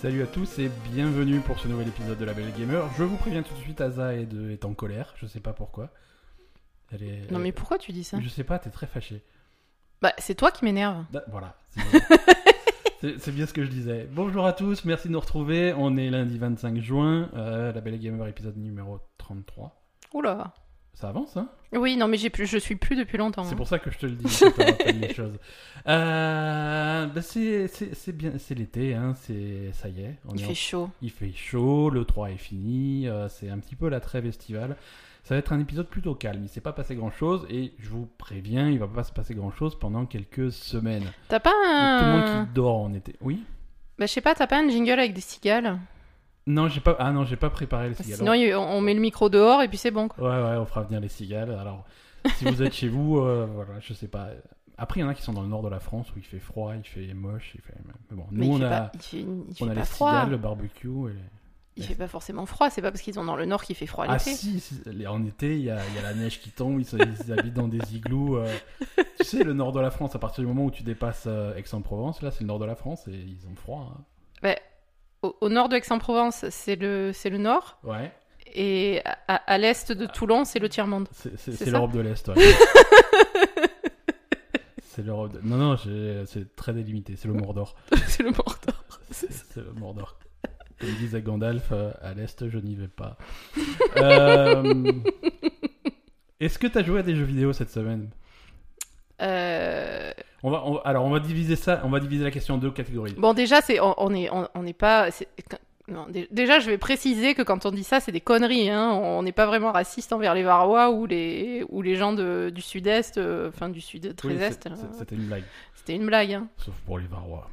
Salut à tous et bienvenue pour ce nouvel épisode de La Belle Gamer. Je vous préviens tout de suite, Asa est, de- est en colère, je sais pas pourquoi. Elle est, Non mais elle- pourquoi tu dis ça Euh, Je sais pas, t'es très fâché. Bah c'est toi qui m'énerve. Da- Voilà. c'est- C'est c'est bien ce que je disais. Bonjour à tous, merci de nous retrouver. On est lundi 25 juin, euh, La Belle Gamer épisode numéro 33. Oula. ça Ça avance, hein Oui, non mais j'ai plus, je suis plus depuis longtemps. C'est hein. pour ça que je te le dis, je te rappelle les choses. Euh, bah, c'est c'est- c'est bien, c'est l'été, hein, c'est- ça y est. On Il est en fait chaud. Il fait chaud, le 3 est fini, euh, c'est un petit peu la trêve estivale. Ça va être un épisode plutôt calme, il s'est pas passé grand chose et je vous préviens, il va pas se passer grand chose pendant quelques semaines. T'as pas Il y a Tout le un... monde qui dort en été. Oui Bah je sais pas, t'as pas un jingle avec des cigales Non, j'ai pas ah non, j'ai pas préparé les cigales. Sinon il- on on met le micro dehors et puis c'est bon quoi. Ouais ouais, on fera venir les cigales. Alors si vous êtes chez vous, euh, voilà, je sais pas. Après il y en a qui sont dans le nord de la France où il fait froid, il fait moche, il fait mais bon, nous mais il on fait a pas, il fait, il fait on a pas les froid. cigales, le barbecue et les- Il fait pas forcément froid, c'est pas parce qu'ils sont dans le nord qu'il fait froid Ah l'été. si, si, les- en été, il y, a il y a la neige qui tombe, ils, se- ils habitent dans des igloos. euh. Tu sais, le nord de la France, à partir du moment où tu dépasses euh, Aix-en-Provence, là, c'est le nord de la France et ils ont froid. hein. Bah, au, au nord de Aix-en-Provence, c'est le, c'est le nord Ouais, et à, à- à l'est de Toulon, c'est le tiers-monde. c'est- c'est c'est C'est ça l'Europe de l'Est, ouais. c'est l'Europe de... Non, non, j'ai- c'est très délimité, c'est le Mordor. c'est le Mordor. C'est c'est le Mordor. Comme disait Gandalf, euh, à l'Est, je n'y vais pas. Euh, Est-ce que t'as joué à des jeux vidéo cette semaine Euh, On va, on- alors on va diviser ça, on va diviser la question en deux catégories. Bon, déjà, c'est on, on est on, on est pas. c'est- non, dé- déjà, je vais préciser que quand on dit ça, c'est des conneries. Hein. On n'est pas vraiment raciste envers les Varois ou les ou les gens de, du Sud-Est, euh, enfin du Sud très Oui, c'est- Est. euh, c'est- C'était une blague, C'était une blague. Hein. sauf pour les Varois.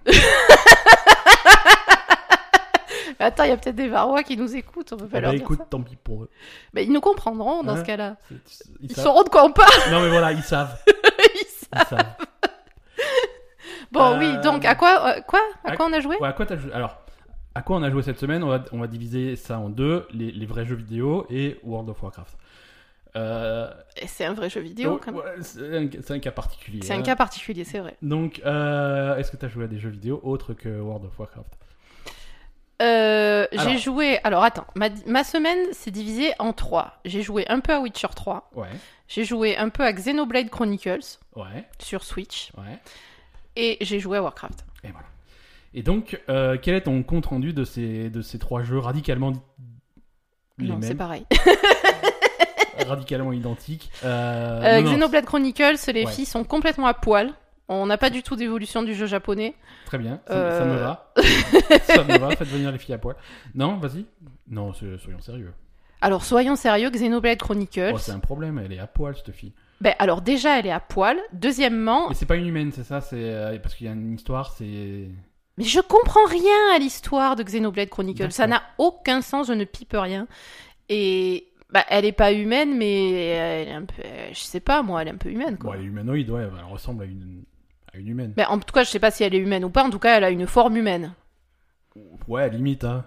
Mais Attends, il y a peut-être des Varois qui nous écoutent. On peut pas Eh ben, leur dire écoute, ça. tant pis pour eux. Mais ils nous comprendront dans Hein ce cas-là. C'est- Ils, Ils savent. sauront de quoi on parle. Non mais voilà, ils savent. ils savent. Ils savent. Bon, Euh, oui. Donc, à quoi euh, quoi à- à quoi on a joué Ouais, à quoi t'as joué Alors, à quoi on a joué cette semaine on va, on va diviser ça en deux les, les vrais jeux vidéo et World of Warcraft. Euh, Et C'est un vrai jeu vidéo. donc, quand même. Oh, ouais, c'est un, c'est un cas particulier. C'est un hein. cas particulier, c'est vrai. Donc, euh, est-ce que t'as joué à des jeux vidéo autres que World of Warcraft Euh, Alors. j'ai joué. Alors attends, ma, ma semaine s'est divisée en trois. J'ai joué un peu à Witcher 3. Ouais, J'ai joué un peu à Xenoblade Chronicles ouais, sur Switch. ouais. Et j'ai joué à Warcraft. Et voilà. Et donc, euh, quel est ton compte rendu de ces, de ces trois jeux radicalement les non, c'est mêmes, pareil. radicalement identiques euh, Euh, non, non, Xenoblade Chronicles, les Ouais. filles sont complètement à poil. On n'a pas du tout d'évolution du jeu japonais. Très bien, ça, Euh. ça me va. ça me va, faites venir les filles à poil. Non, vas-y. Non, so- soyons sérieux. Alors soyons sérieux, Xenoblade Chronicles. Oh, c'est un problème, elle est à poil, cette fille. ben, alors déjà, elle est à poil. Deuxièmement, Mais c'est pas une humaine, c'est ça c'est euh, Parce qu'il y a une histoire, c'est. Mais je comprends rien à l'histoire de Xenoblade Chronicles. D'accord. Ça n'a aucun sens, je ne pipe rien. Et bah, elle est pas humaine, mais elle est un peu. euh, Je sais pas, moi, elle est un peu humaine, Bon, quoi. elle est humanoïde, ouais, elle ressemble à une, à une humaine. Mais en tout cas, je sais pas si elle est humaine ou pas. En tout cas, elle a une forme humaine. Ouais, limite, hein.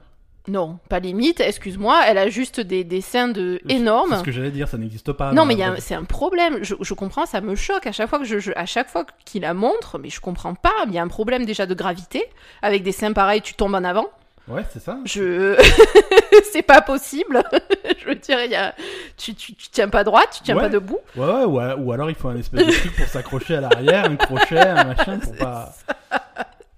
Non, pas limite, excuse-moi, elle a juste des, des seins de... C'est énormes. ce que hein, j'allais dire, ça n'existe pas. non, dans mais la il y a vraie un- c'est un problème. Je, je comprends, ça me choque à chaque fois que je, je- à chaque fois qu'il la montre, mais je comprends pas. Il y a un problème déjà de gravité. Avec des seins pareils, tu tombes en avant. vie. Ouais, c'est ça. Je. c'est pas possible. je veux dire, il y a... tu, tu, tu tiens pas droit, tu tiens Ouais. pas debout. Ouais, ouais, ouais, ou alors il faut un espèce de truc pour s'accrocher à l'arrière, un crochet, un machin pour pas,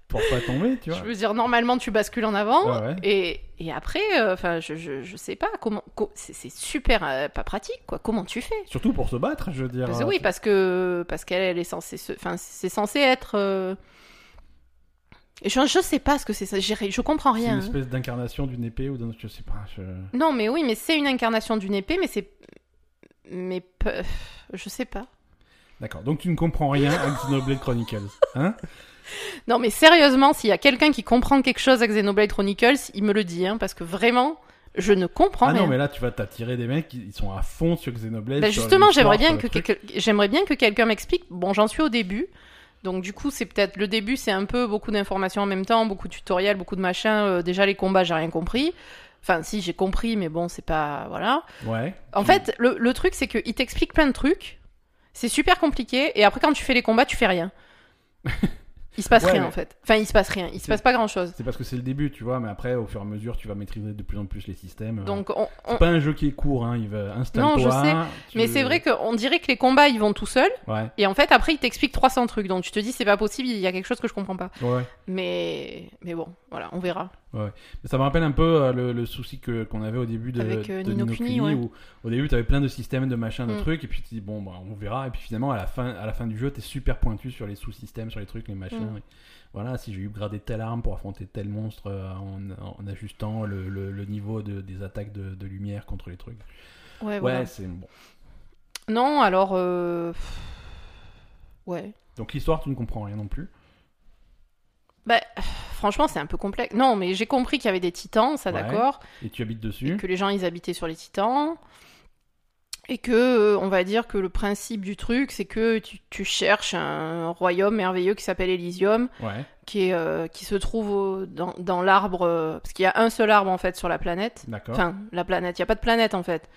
pour pas tomber, tu vois. Je veux dire, normalement, tu bascules en avant. Ouais, ouais. Et, et après, euh, enfin, je, je, je sais pas comment. co- c'est, c'est super euh, pas pratique, quoi. Comment tu fais Surtout pour se battre, je veux dire. Parce que oui, parce que parce qu'elle elle est censée se, enfin, c'est censé être. euh, Je, je sais pas ce que c'est. ça, j'ai- Je comprends c'est rien. une hein. espèce d'incarnation d'une épée ou d'un autre, je sais pas. je- Non, mais oui, mais c'est une incarnation d'une épée, mais c'est, mais peu- je sais pas. D'accord, donc tu ne comprends rien à Xenoblade Chronicles. Hein Non, mais sérieusement, s'il y a quelqu'un qui comprend quelque chose à Xenoblade Chronicles, il me le dit, hein, parce que vraiment, je ne comprends ah rien. non, mais là tu vas t'attirer des mecs qui ils sont à fond sur Xenoblade. Bah, sur justement, l'histoire, j'aimerais bien, sur que le truc. quelqu'un- j'aimerais bien que quelqu'un m'explique. Bon, j'en suis au début. Donc, du coup, c'est peut-être le début, c'est un peu beaucoup d'informations en même temps, beaucoup de tutoriels, beaucoup de machins. Euh, déjà, les combats, j'ai rien compris. Enfin, si, j'ai compris, mais bon, c'est pas. Voilà. Ouais. En Tu- fait, le, le truc, c'est qu'il t'explique plein de trucs. C'est super compliqué. Et après, quand tu fais les combats, tu fais rien. Il se passe Ouais, rien mais- en fait. Enfin, il se passe rien. Il se C'est- passe pas grand chose. C'est parce que c'est le début, tu vois, mais après, au fur et à mesure, tu vas maîtriser de plus en plus les systèmes. euh. Donc, on, on- C'est pas un jeu qui est court, hein, il va installer Non, je mais c'est vrai qu'on dirait que les combats ils vont tout seuls. Ouais, Et en fait, après, il t'explique 300 trucs. Donc, tu te dis, c'est pas possible, il y a quelque chose que je comprends pas. ouais. Mais, mais bon, voilà, on verra. Ça me rappelle un peu euh, le, le souci que qu'on avait au début de, Avec, euh, de Ni no Ni no Kuni, Kuni, ouais. où au début t'avais plein de systèmes, de machins, de Mm. trucs, et puis tu te dis bon bah on verra, et puis finalement à la fin à la fin du jeu t'es super pointu sur les sous-systèmes, sur les trucs, les machins. Mm. et Voilà, si j'ai upgradé telle arme pour affronter tel monstre euh, en, en ajustant le, le- le niveau de- des attaques de, de lumière contre les trucs. Ouais, ouais, voilà. c'est bon. Non, alors. euh, pff, Ouais. Donc l'histoire tu ne comprends rien non plus. Bah, franchement, c'est un peu complexe. Non, mais j'ai compris qu'il y avait des titans, ça Ouais. d'accord. Et tu habites Et dessus. que les gens, ils habitaient sur les titans. Et que, euh, on va dire que le principe du truc, c'est que tu, tu cherches un royaume merveilleux qui s'appelle Elysium. Ouais, qui, est, euh, qui se trouve au- dans, dans l'arbre, euh, parce qu'il y a un seul arbre en fait sur la planète. d'accord. Enfin, la planète, il n'y a pas de planète en fait.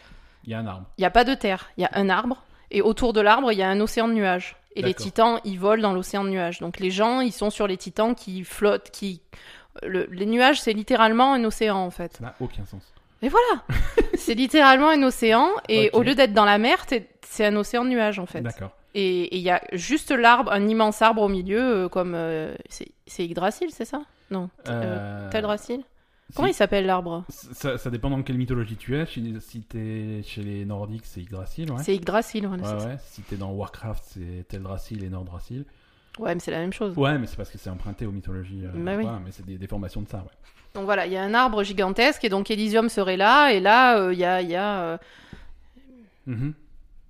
Il y a un arbre. Il n'y a pas de terre, il y a un arbre, et autour de l'arbre, il y a un océan de nuages. Et les D'accord. titans, ils volent dans l'océan de nuages. Donc les gens, ils sont sur les titans qui flottent, qui... le- les nuages, c'est littéralement un océan en fait. Ça n'a aucun sens. Mais voilà C'est littéralement un océan, et Ok. au lieu d'être dans la mer, t'es- c'est un océan de nuages en fait. D'accord. Et et il y a juste l'arbre, un immense arbre au milieu, euh, comme... euh, c'est c'est Yggdrasil, c'est ça Non. Euh, Teldrassil si- Comment il s'appelle l'arbre Ça, ça dépend dans quelle mythologie tu es. Si, si t'es chez les Nordiques, c'est Yggdrasil, ouais. C'est Yggdrasil, voilà. c'est Ouais, ça. ouais. Si t'es dans Warcraft, c'est Teldrassil et Nordrassil. Ouais, mais c'est la même chose. Ouais, mais c'est parce que c'est emprunté aux mythologies. euh, Bah oui. voilà, mais c'est des déformations de ça, ouais. Donc voilà, il y a un arbre gigantesque et donc Elysium serait là et là euh, il y a, il y a euh, Mhm.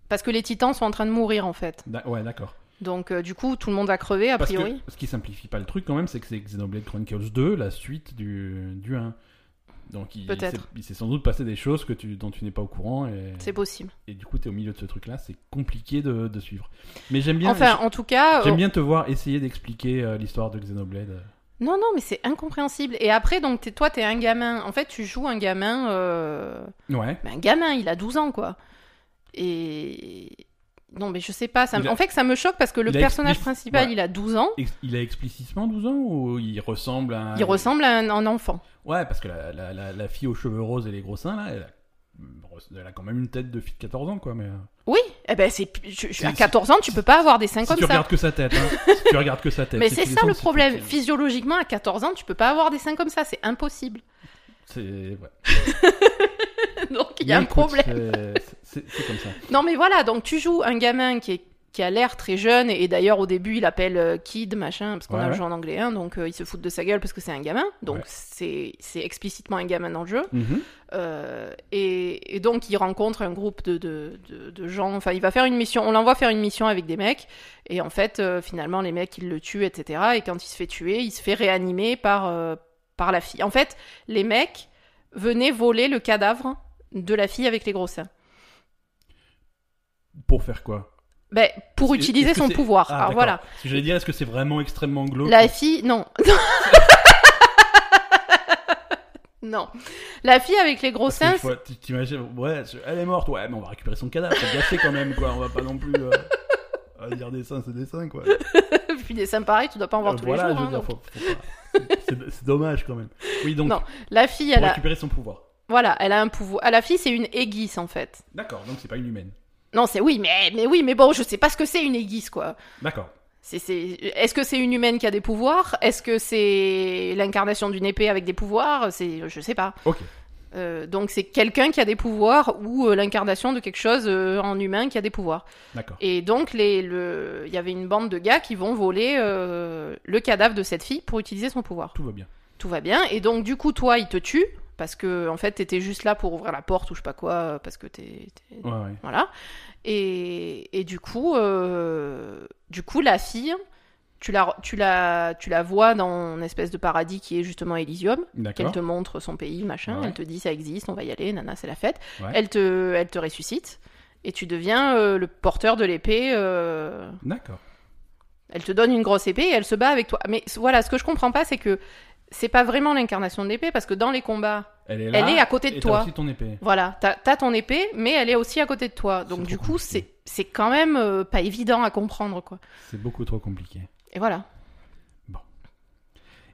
parce que les Titans sont en train de mourir en fait. D'a- ouais, d'accord. Donc euh, du coup tout le monde a crevé a Parce que priori. ce qui simplifie pas le truc quand même, c'est que c'est Xenoblade Chronicles 2, la suite du, du 1. Donc il il s'est Peut-être. il s'est sans doute passé des choses que tu, dont tu n'es pas au courant et, C'est possible. et du coup t'es au milieu de ce truc là, c'est compliqué de, de suivre. Mais j'aime bien, enfin en tout cas. j'aime euh, bien te voir essayer d'expliquer euh, l'histoire de Xenoblade. euh. Non non mais c'est incompréhensible. Et après donc t'es- toi t'es un gamin. En fait tu joues un gamin. euh, Ouais. ben, un gamin il a 12 ans quoi. Et non mais je sais pas. Ça... me- Il a- En fait ça me choque parce que le Il a personnage explic- principal Ouais. il a 12 ans. Ex- Il a explicitement 12 ans ou il ressemble à. Il ressemble à un- un enfant. Ouais, parce que la, la, la, la fille aux cheveux roses et les gros seins, là, elle a, elle a quand même une tête de fille de 14 ans, quoi. Mais... euh, Oui, eh ben c'est je- je- Si- à si- 14 ans, tu peux pas avoir des seins Si comme tu ça. regardes que sa tête, hein. si tu regardes que sa tête. Mais si c'est tu ça descends, le c'est problème. tout- Physiologiquement, à 14 ans, tu peux pas avoir des seins comme ça, c'est impossible. C'est. ouais. donc il y a Mais un écoute, problème. c'est- C'est c'est comme ça. Non mais voilà, donc tu joues un gamin qui est- qui a l'air très jeune et, et d'ailleurs au début il appelle euh, kid machin parce qu'on Ouais, a le ouais. jeu en anglais hein, donc euh, il se fout de sa gueule parce que c'est un gamin donc Ouais. c'est c'est explicitement un gamin dans le jeu Mhm. Euh, et, et donc il rencontre un groupe de, de, de- de gens. Enfin, il va faire une mission. On l'envoie faire une mission avec des mecs. Et en fait, euh, finalement, les mecs ils le tuent, etc. Et quand il se fait tuer, il se fait réanimer par euh, par la fille. En fait, les mecs venaient voler le cadavre de la fille avec les gros seins. Pour faire quoi Ben, pour Est-ce que- utiliser est-ce que son c'est- pouvoir. Ah, Alors d'accord. voilà, Parce que J'allais dire, est-ce que c'est vraiment extrêmement glauque la fille, non. Non. La fille avec les gros Parce que seins, tu vois, tu- T'imagines, ouais, je- elle est morte, ouais, mais on va récupérer son cadavre, c'est gâché quand même, quoi. On va pas non plus. euh, on va dire des seins, c'est des seins, quoi. c'est- puis des seins pareils, tu dois pas en voir Euh, tous voilà, les jours. je veux dire, hein, donc. faut- faut pas- c'est- C'est dommage quand même. Oui, donc, Non, La fille, pour elle a, récupérer son pouvoir. Voilà, elle a un pouvoir. À la fille, c'est une aiguisse en fait. D'accord, donc c'est pas une humaine. Non, c'est oui, mais, mais oui, mais bon, je sais pas ce que c'est une aiguisse quoi. D'accord. C'est, c'est... Est-ce que c'est une humaine qui a des pouvoirs Est-ce que c'est l'incarnation d'une épée avec des pouvoirs C'est, je sais pas. Ok. Euh, donc c'est quelqu'un qui a des pouvoirs ou euh, l'incarnation de quelque chose euh, en humain qui a des pouvoirs. D'accord. Et donc les, le, il y avait une bande de gars qui vont voler euh, le cadavre de cette fille pour utiliser son pouvoir. Tout va bien. Tout va bien. Et donc, du coup, toi, il te tue. Parce que, en fait, t'étais juste là pour ouvrir la porte ou je sais pas quoi. euh, Parce que t'es. t'es- Ouais, ouais. Voilà. Et, et du coup, euh, du coup, la fille, tu la, tu la, tu la vois dans une espèce de paradis qui est justement Elysium. Qu'elle D'accord. te montre son pays, machin. Ouais. Elle te dit ça existe, on va y aller, nana, c'est la fête. Ouais. Elle, te, elle te ressuscite. Et tu deviens euh, le porteur de l'épée. euh, D'accord. elle te donne une grosse épée et elle se bat avec toi. Mais c- voilà, ce que je comprends pas, c'est que c'est pas vraiment l'incarnation de l'épée parce que dans les combats, Elle est là. elle est à côté de et t'as toi. aussi ton épée. Voilà, t'as t'as ton épée, mais elle est aussi à côté de toi. C'est Donc trop du coup, c'est compliqué. c'est quand même euh, pas évident à comprendre quoi. C'est beaucoup trop compliqué. Et voilà.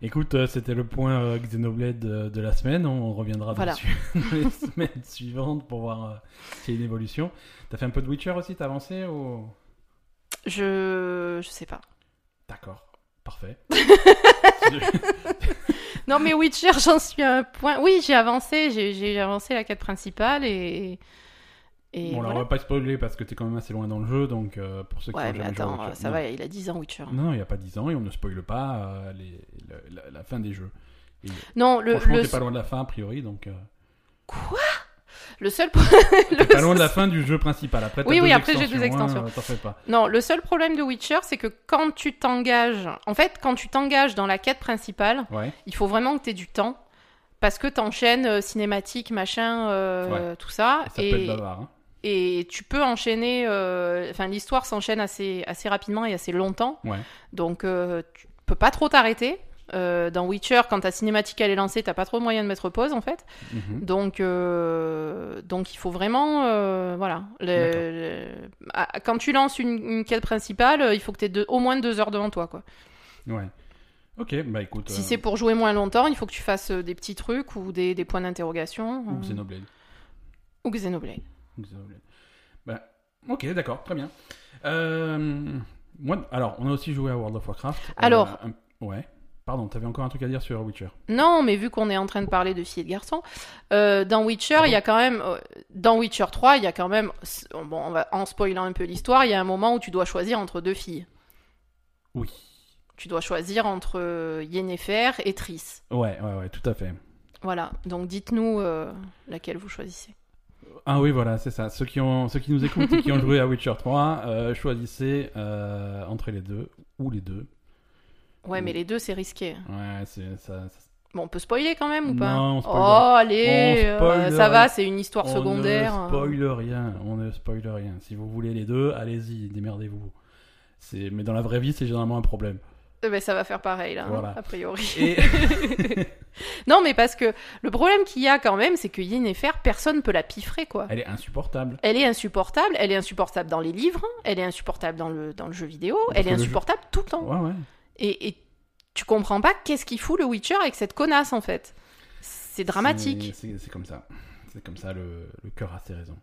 Écoute, euh, c'était le point euh, Xenoblade euh, de la semaine. On, on reviendra Voilà. dessus dans les semaines suivantes pour voir euh, s'il y a une évolution. T'as fait un peu de Witcher aussi T'as avancé ou... Je... je sais pas. D'accord, parfait. Non, mais Witcher, j'en suis à un point. Oui, j'ai avancé, j'ai- j'ai avancé la quête principale et. et bon, alors on voilà. va pas spoiler parce que t'es quand même assez loin dans le jeu, donc euh, pour ceux qui Ouais, ont mais jamais joué à attends, Witcher- ça non. va, il a 10 ans Witcher. Non, il n'y a pas 10 ans et on ne spoile pas euh, les- le- la, la fin des jeux. Non, le, Franchement, le, t'es pas loin de la fin a priori, donc euh, le seul. le t'es pas loin de la seul- fin du jeu principal. Après, t'as Oui, deux oui, après, j'ai deux hein, t'en fais pas. Non, le seul problème de Witcher, c'est que quand tu t'engages. En fait, quand tu t'engages dans la quête principale, Ouais. il faut vraiment que tu aies du temps. Parce que t'enchaînes euh, cinématique, machin, euh, tout ça. Et ça peut être bavard. hein. Et tu peux enchaîner, euh, enfin l'histoire s'enchaîne assez, assez rapidement et assez longtemps. Ouais. Donc euh, tu peux pas trop t'arrêter. Euh, dans Witcher, quand ta cinématique elle est lancée, t'as pas trop moyen de mettre pause en fait. Mhm. Donc, euh, donc il faut vraiment, euh, voilà. Le- le- ah, quand tu lances une, une quête principale, euh, il faut que t'aies deux- au moins deux heures devant toi. Quoi. Ouais. Ok, bah écoute. Si euh, c'est pour jouer moins longtemps, il faut que tu fasses euh, des petits trucs ou des, des points d'interrogation. Ou euh, Xenoblade. ou Xenoblade. Ou Xenoblade. Bah, ok, d'accord, très bien. Euh, moi, alors, on a aussi joué à World of Warcraft. Euh, Alors- un- ouais. Pardon, t'avais encore un truc à dire sur Witcher. Non, mais vu qu'on est en train de parler de filles et de garçons, euh, dans Witcher, Ah il y a quand même, euh, dans Witcher 3, il y a quand même, bon, on va- en spoilant un peu l'histoire, il y a un moment où tu dois choisir entre deux filles. Oui. Tu dois choisir entre euh, Yennefer et Triss. Ouais, ouais, ouais, tout à fait. Voilà. Donc dites-nous euh, laquelle vous choisissez. Ah oui, voilà, c'est ça. Ceux qui, ont, ceux qui nous écoutent et qui ont joué à Witcher 3, euh, choisissez euh, entre les deux, ou les deux. Ouais, Oui. mais les deux, c'est risqué. Ouais, c'est ça. ça- Bon, on peut spoiler quand même ou pas Non, on spoil Oh, allez, On spoil euh, ça rien. va, c'est une histoire on secondaire. hein. ne spoil rien, on ne spoil rien. Si vous voulez les deux, allez-y, démerdez-vous. C'est... Mais dans la vraie vie, c'est généralement un problème. Eh ben, ça va faire pareil, là, hein, Voilà. a priori. Et... Non, mais parce que le problème qu'il y a quand même, c'est que Yennefer, personne peut la piffrer, quoi. Elle est insupportable. Elle est insupportable, elle est insupportable dans les livres, elle est insupportable dans le, dans le jeu vidéo, Parce elle que est le jeu- insupportable tout le temps. Ouais, ouais. Et, et tu comprends pas qu'est-ce qu'il fout le Witcher avec cette connasse en fait. C'est dramatique. C'est, c'est- c'est comme ça. C'est comme ça, le, le cœur a ses raisons.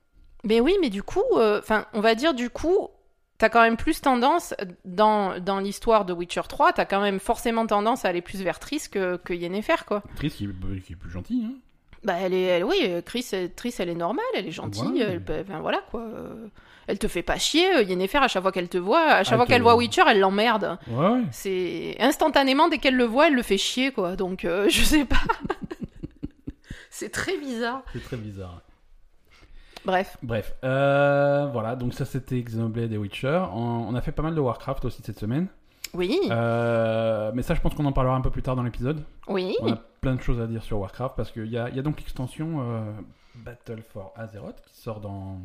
Mais oui, mais du coup, euh, enfin, on va dire du coup, t'as quand même plus tendance, dans, dans l'histoire de Witcher 3, t'as quand même forcément tendance à aller plus vers Triss que, que Yennefer, quoi. Triss, qui, est- qui est plus gentil, hein. Bah, elle est, elle- oui, euh, Chris, euh, Triss, elle est normale, elle est gentille, Ouais. elle, peut- enfin, voilà quoi. euh, Elle te fait pas chier, euh, Yennefer, à chaque fois qu'elle te voit, à chaque Ah, Elle fois te- qu'elle voit Witcher, elle l'emmerde. Ouais, ouais. C'est instantanément, dès qu'elle le voit, elle le fait chier, quoi. Donc, euh, je sais pas. c'est très bizarre. C'est très bizarre. Bref. Bref, euh, voilà, donc ça c'était Xenoblade et Witcher. On, on a fait pas mal de Warcraft aussi cette semaine. Oui, Euh, mais ça, je pense qu'on en parlera un peu plus tard dans l'épisode. oui. On a plein de choses à dire sur Warcraft parce qu'il y a, il y a donc l'extension euh, Battle for Azeroth qui sort dans,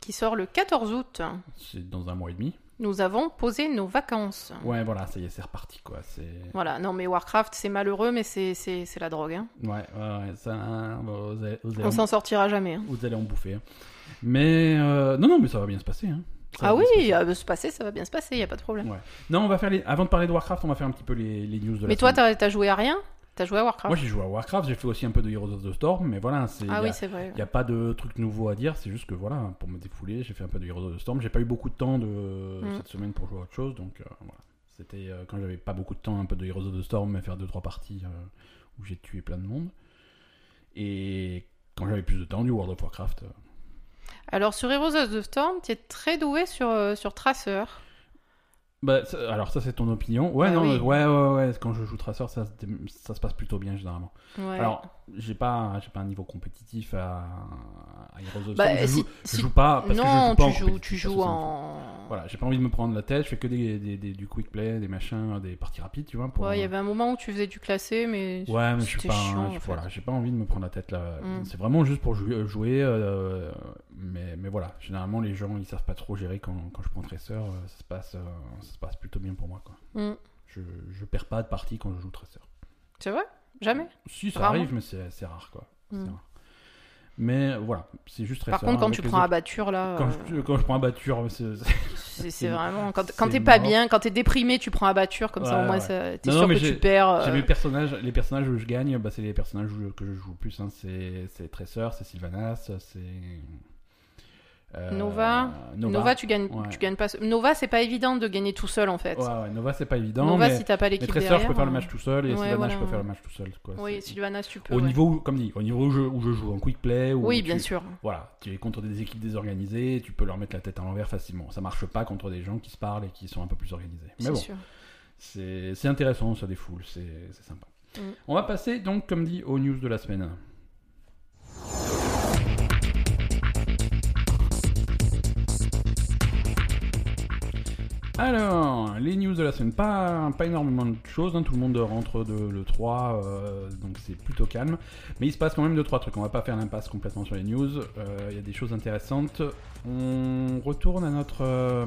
Qui sort le 14 août. c'est dans un mois et demi. Nous avons posé nos vacances. Ouais, voilà, ça y est, c'est reparti quoi. C'est... Voilà, non mais Warcraft, c'est malheureux, mais c'est- c'est c'est la drogue. hein. Ouais, ouais, ouais, ça, hein, bon, vous allez, vous allez On en, s'en sortira jamais. hein. vous allez en bouffer. hein. Mais euh, non, non, mais ça va bien se passer. hein. Ça va Ah bien se oui, passer. ça va se passer, ça va bien se passer, y a pas de problème. Non, on va faire les... avant de parler de Warcraft, on va faire un petit peu les, les news de la Mais toi, semaine. t'as t'as joué à rien T'as joué à Warcraft Moi, j'ai joué à Warcraft, j'ai fait aussi un peu de Heroes of the Storm, mais voilà, c'est. il Ah y a- oui, c'est vrai. Il n'y a pas de truc nouveau à dire, c'est juste que voilà, pour me défouler, j'ai fait un peu de Heroes of the Storm. J'ai pas eu beaucoup de temps de, Mm. cette semaine pour jouer à autre chose, donc euh, voilà. C'était euh, quand j'avais pas beaucoup de temps, un peu de Heroes of the Storm, à faire deux trois parties euh, où j'ai tué plein de monde. Et quand j'avais plus de temps, du World of Warcraft. euh. Alors sur Heroes of the Storm, t'es très doué sur, euh, sur Tracer. Bah, ça- alors ça, c'est ton opinion. Ouais, Bah non, oui. euh, ouais, ouais, ouais. Quand je joue Tracer, ça, se dé- ça se passe plutôt bien généralement. Ouais. Alors, j'ai pas, j'ai pas un niveau compétitif à, à Heroes of the Bah, Storm. Je, si- joue, je si- joue pas parce que je non, joue pas en tu, joues, compétitif, tu ça, joues c'est un truc. en... Voilà, j'ai pas envie de me prendre la tête, je fais que des, des- des- du quick play, des machins, des parties rapides, tu vois. Pour... Ouais, il y avait un moment où tu faisais du classé, mais... Ouais, mais je suis c'était pas. chiant, je- en fait. voilà, j'ai pas envie de me prendre la tête là. Mm. C'est vraiment juste pour jouer. jouer, euh, mais, mais voilà, généralement les gens ils savent pas trop gérer quand, quand je prends Tracer, euh, ça se passe, euh, ça se passe plutôt bien pour moi quoi. Mm. Je, je perds pas de partie quand je joue Tracer. C'est vrai Jamais Si ça Rarement. arrive, mais c'est c'est rare quoi. C'est Mm. rare. Mais voilà, c'est juste Tracer. Par contre, quand avec tu les prends autres- Abatture, là, quand, euh, je, quand je prends Abatture, c'est- c'est- c'est c'est vraiment. Quand, quand t'es pas mort. bien, quand t'es déprimé, tu prends abatture, comme ça Ouais, au moins ouais. ça- t'es Non, sûr non, mais que j'ai- tu perds. euh, J'ai mes personnages, les personnages où je gagne, bah, c'est les personnages où je- que je joue le plus. hein. C'est c'est Tracer, c'est Sylvanas, c'est. euh, Nova. Nova, tu, gagnes, Ouais. tu gagnes pas. Nova, c'est pas évident de gagner tout seul en fait. Ouais, ouais, Nova, c'est pas évident. Nova, mais... si t'as pas mais l'équipe Tracer, derrière. je peux faire le euh, match tout seul et ouais, Sylvanas, voilà. je peux faire le match tout seul. Quoi. Oui, C'est- Sylvanas, tu peux. au ouais. niveau, où- comme dit, au niveau où je, où je joue en quick play. Où Oui, tu- bien sûr. Voilà, tu es contre des équipes désorganisées, et tu peux leur mettre la tête à l'envers facilement. Ça marche pas contre des gens qui se parlent et qui sont un peu plus organisés. Mais C'est bon, sûr. c'est c'est intéressant, ça défoule, c'est c'est sympa. Mm. On va passer donc, comme dit, aux news de la semaine. Alors, les news de la semaine, pas, pas énormément de choses, hein, tout le monde rentre de l'E3, euh, donc c'est plutôt calme. Mais il se passe quand même 2-3 trucs, on va pas faire l'impasse complètement sur les news, Euh, il y a des choses intéressantes. On retourne à notre, euh,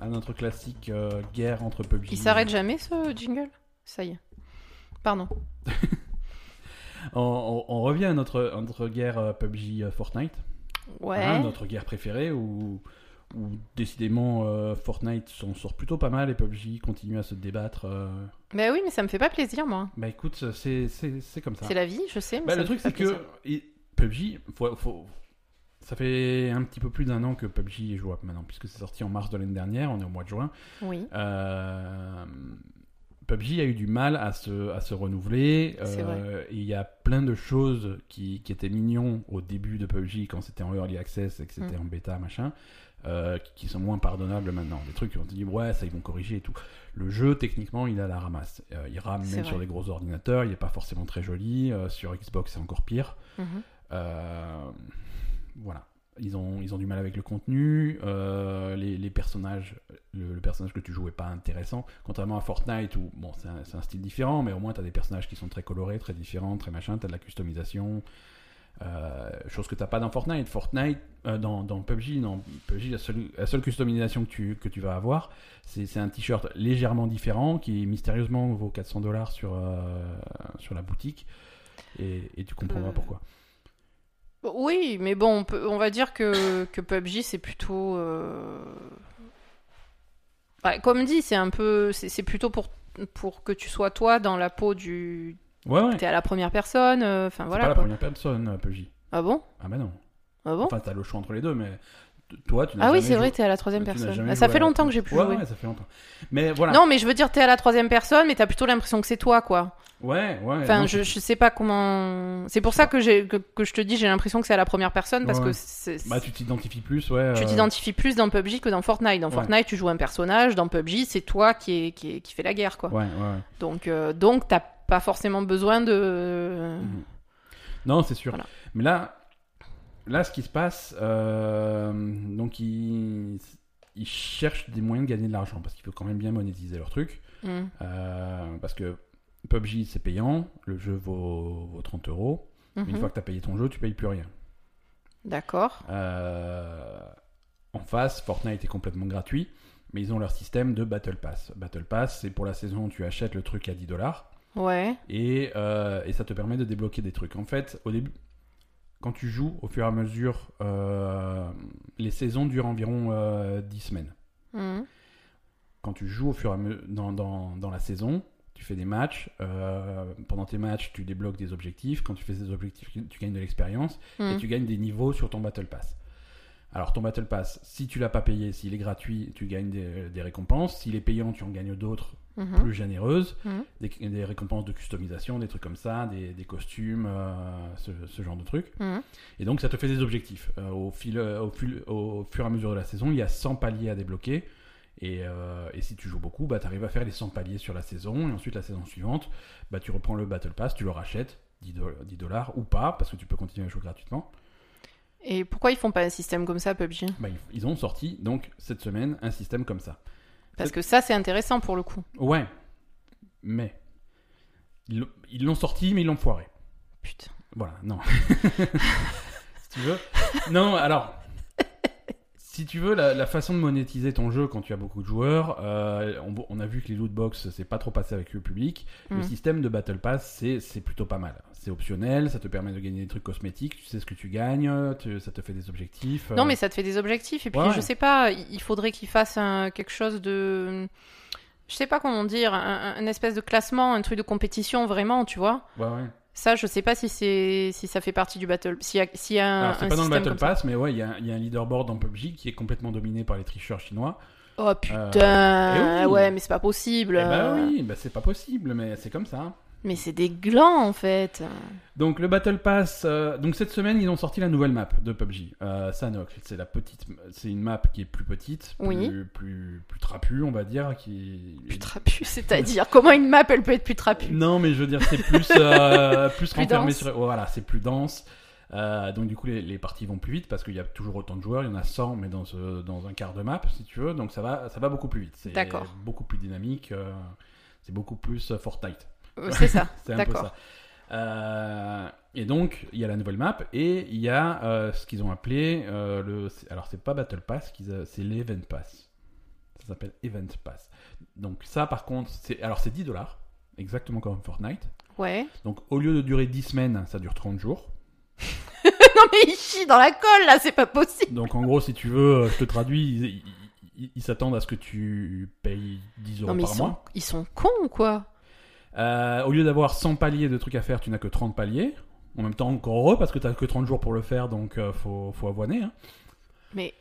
à notre classique euh, guerre entre PUBG. Il s'arrête jamais ce jingle Ça y est. Pardon. On, on- on revient à notre, à notre guerre euh, PUBG euh, Fortnite, Ouais. hein, notre guerre préférée où, où décidément euh, Fortnite s'en sort plutôt pas mal et PUBG continue à se débattre. euh. Bah oui, mais ça me fait pas plaisir, moi. Bah écoute, c'est- c'est c'est comme ça. C'est la vie, je sais. Mais Bah, ça le me truc fait c'est pas plaisir. que et PUBG, faut- faut- ça fait un petit peu plus d'un an que PUBG est jouable maintenant puisque c'est sorti en mars de l'année dernière, on est au mois de juin. Oui, Euh, PUBG a eu du mal à se, à se renouveler. C'est Euh, vrai. il y a plein de choses qui, qui étaient mignons au début de PUBG quand c'était en early access et que Mm. c'était en bêta, machin, euh, qui- qui sont moins pardonnables maintenant. Des trucs où on se dit, ouais, ça ils vont corriger et tout. Le jeu, techniquement, il a la ramasse. Euh, il rame C'est même vrai. sur des gros ordinateurs, il n'est pas forcément très joli. Euh, sur Xbox, c'est encore pire. mhm. Euh, voilà. Ils ont, ils ont du mal avec le contenu, euh, les, les personnages, le, le personnage que tu joues est pas intéressant, contrairement à Fortnite où, bon, c'est un, c'est un style différent, mais au moins tu as des personnages qui sont très colorés, très différents, très machin, tu as de la customisation, euh, chose que t'as pas dans Fortnite. Fortnite, euh, dans, dans PUBG, dans PUBG la, seule, la seule customisation que tu, que tu vas avoir, c'est c'est un t-shirt légèrement différent qui mystérieusement vaut 400 dollars sur, euh, sur la boutique, et, et tu comprendras Euh, pourquoi. Oui, mais bon, on, peut, on va dire que, que PUBG, c'est plutôt. euh, bah, comme dit, c'est un peu. C'est c'est plutôt pour, pour que tu sois toi dans la peau du. Ouais, ouais. T'es à la première personne, euh, c'est enfin pas voilà. la quoi. première personne, euh, PUBG. Ah bon Ah bah non. Ah bon Enfin, t'as le choix entre les deux, mais t- toi, tu n'as Ah oui, jamais c'est joué- vrai, t'es à la troisième tu n'as personne. jamais Ah, ça joué fait à la longtemps que j'ai première- plus ouais, joué. Ouais, ça fait longtemps. Mais voilà. Non, mais je veux dire, t'es à la troisième personne, mais t'as plutôt l'impression que c'est toi, quoi. Ouais, ouais. Enfin, non, je, je sais pas comment. C'est pour ça que, j'ai- que, que je te dis, j'ai l'impression que c'est à la première personne, parce Ouais. que c'est. Bah, tu t'identifies plus, ouais. Tu euh, t'identifies plus dans PUBG que dans Fortnite. Dans Ouais. Fortnite, tu joues un personnage. Dans PUBG, c'est toi qui, est, qui, est- qui fait la guerre, quoi. Ouais, ouais, ouais. Donc, euh, donc t'as pas forcément besoin de. Mhm. Non, c'est sûr. Voilà. Mais là, là, ce qui se passe, euh, donc ils, ils cherchent des moyens de gagner de l'argent parce qu'il faut quand même bien monétiser leur truc. Mhm. Euh, parce que PUBG, c'est payant, le jeu vaut, vaut 30 euros. Mhm. Une fois que t'as payé ton jeu, tu payes plus rien. D'accord. Euh, en face, Fortnite est complètement gratuit, mais ils ont leur système de Battle Pass. Battle Pass, c'est pour la saison, tu achètes le truc à 10 dollars Ouais. et, euh, et ça te permet de débloquer des trucs. En fait, au début, quand tu joues, au fur et à mesure, euh, les saisons durent environ euh, 10 semaines. Mhm. Quand tu joues au fur et à mesure dans, dans- dans la saison, tu fais des matchs. euh, pendant tes matchs, tu débloques des objectifs. Quand tu fais ces objectifs, tu gagnes de l'expérience et Mhm. tu gagnes des niveaux sur ton Battle Pass. Alors ton Battle Pass, si tu l'as pas payé, s'il est gratuit, tu gagnes des, des récompenses. S'il est payant, tu en gagnes d'autres Mhm. plus généreuses, Mhm. des, des récompenses de customisation, des trucs comme ça, des, des costumes, euh, ce, ce genre de trucs. Mhm. Et donc ça te fait des objectifs. Euh, au, fil, euh, au, fil- au fur et à mesure de la saison, il y a 100 paliers à débloquer. Et, euh, et si tu joues beaucoup, bah, tu arrives à faire les 100 paliers sur la saison. Et ensuite, la saison suivante, bah, tu reprends le Battle Pass, tu le rachètes, 10 dollars ou pas, parce que tu peux continuer à jouer gratuitement. Et pourquoi ils font pas un système comme ça, PUBG Bah, ils- ils ont sorti donc cette semaine un système comme ça. Parce que ça, c'est intéressant pour le coup. Ouais, mais ils l'ont- ils l'ont sorti, mais ils l'ont foiré. Putain. Voilà, non. si tu veux. Non, alors. si- si tu veux, la, la façon de monétiser ton jeu quand tu as beaucoup de joueurs, euh, on, on a vu que les lootbox, c'est pas trop passé avec le public. Le Mm. système de Battle Pass, c'est- c'est plutôt pas mal. C'est optionnel, ça te permet de gagner des trucs cosmétiques, tu sais ce que tu gagnes, tu- ça te fait des objectifs. Non, euh, mais ça te fait des objectifs. Et puis, ouais, ouais. je sais pas, il il faudrait qu'ils fassent un- quelque chose de. Je sais pas comment dire, un, un- un espèce de classement, un truc de compétition vraiment, tu vois. ouais, ouais. Ça, je sais pas si c'est si ça fait partie du battle. S'il y a, s'il y a un, Alors, c'est un pas dans le système Battle comme ça. Pass, mais ouais, il y, a un- il y a un leaderboard dans PUBG qui est complètement dominé par les tricheurs chinois. Oh Euh, putain, eh oui. ouais, mais c'est pas possible. Eh bah oui, bah c'est pas possible, mais c'est comme ça. Mais c'est des glands en fait. Donc le Battle Pass, euh, donc cette semaine ils ont sorti la nouvelle map de PUBG, euh, Sanok. C'est la petite, c'est une map qui est plus petite, plus, Oui. plus, plus trapue, on va dire, qui. Plus trapu, c'est-à-dire comment une map elle peut être plus trapue Non, mais je veux dire c'est plus euh, plus, Plus renfermé dense. sur. oh, voilà, c'est plus dense. Euh, donc du coup les, les parties vont plus vite parce qu'il y a toujours autant de joueurs, il y en a 100 mais dans ce- dans un quart de map si tu veux, donc ça va ça va beaucoup plus vite. C'est D'accord. Beaucoup plus dynamique, euh, c'est beaucoup plus euh, Fortnite. Euh, C'est ça. C'est un peu D'accord. ça. Euh, et donc, il y a la nouvelle map et il y a euh, ce qu'ils ont appelé euh, le. c'est- Alors, c'est pas Battle Pass, qu'ils a- c'est l'Event Pass. Ça s'appelle Event Pass. Donc, ça, par contre, c'est. Alors, c'est 10 dollars, exactement comme Fortnite. Ouais. Donc, au lieu de durer 10 semaines, ça dure 30 jours. Non mais il chie dans la colle là, c'est pas possible. Donc, en gros, si tu veux, euh, je te traduis, ils- ils- ils- ils s'attendent à ce que tu payes 10 euros Non mais ils par mois. sont, ils sont cons ou quoi Euh, au lieu d'avoir 100 paliers de trucs à faire, tu n'as que 30 paliers. En même temps, encore heureux, parce que tu n'as que 30 jours pour le faire, donc euh, faut, faut avoiner. hein. Mais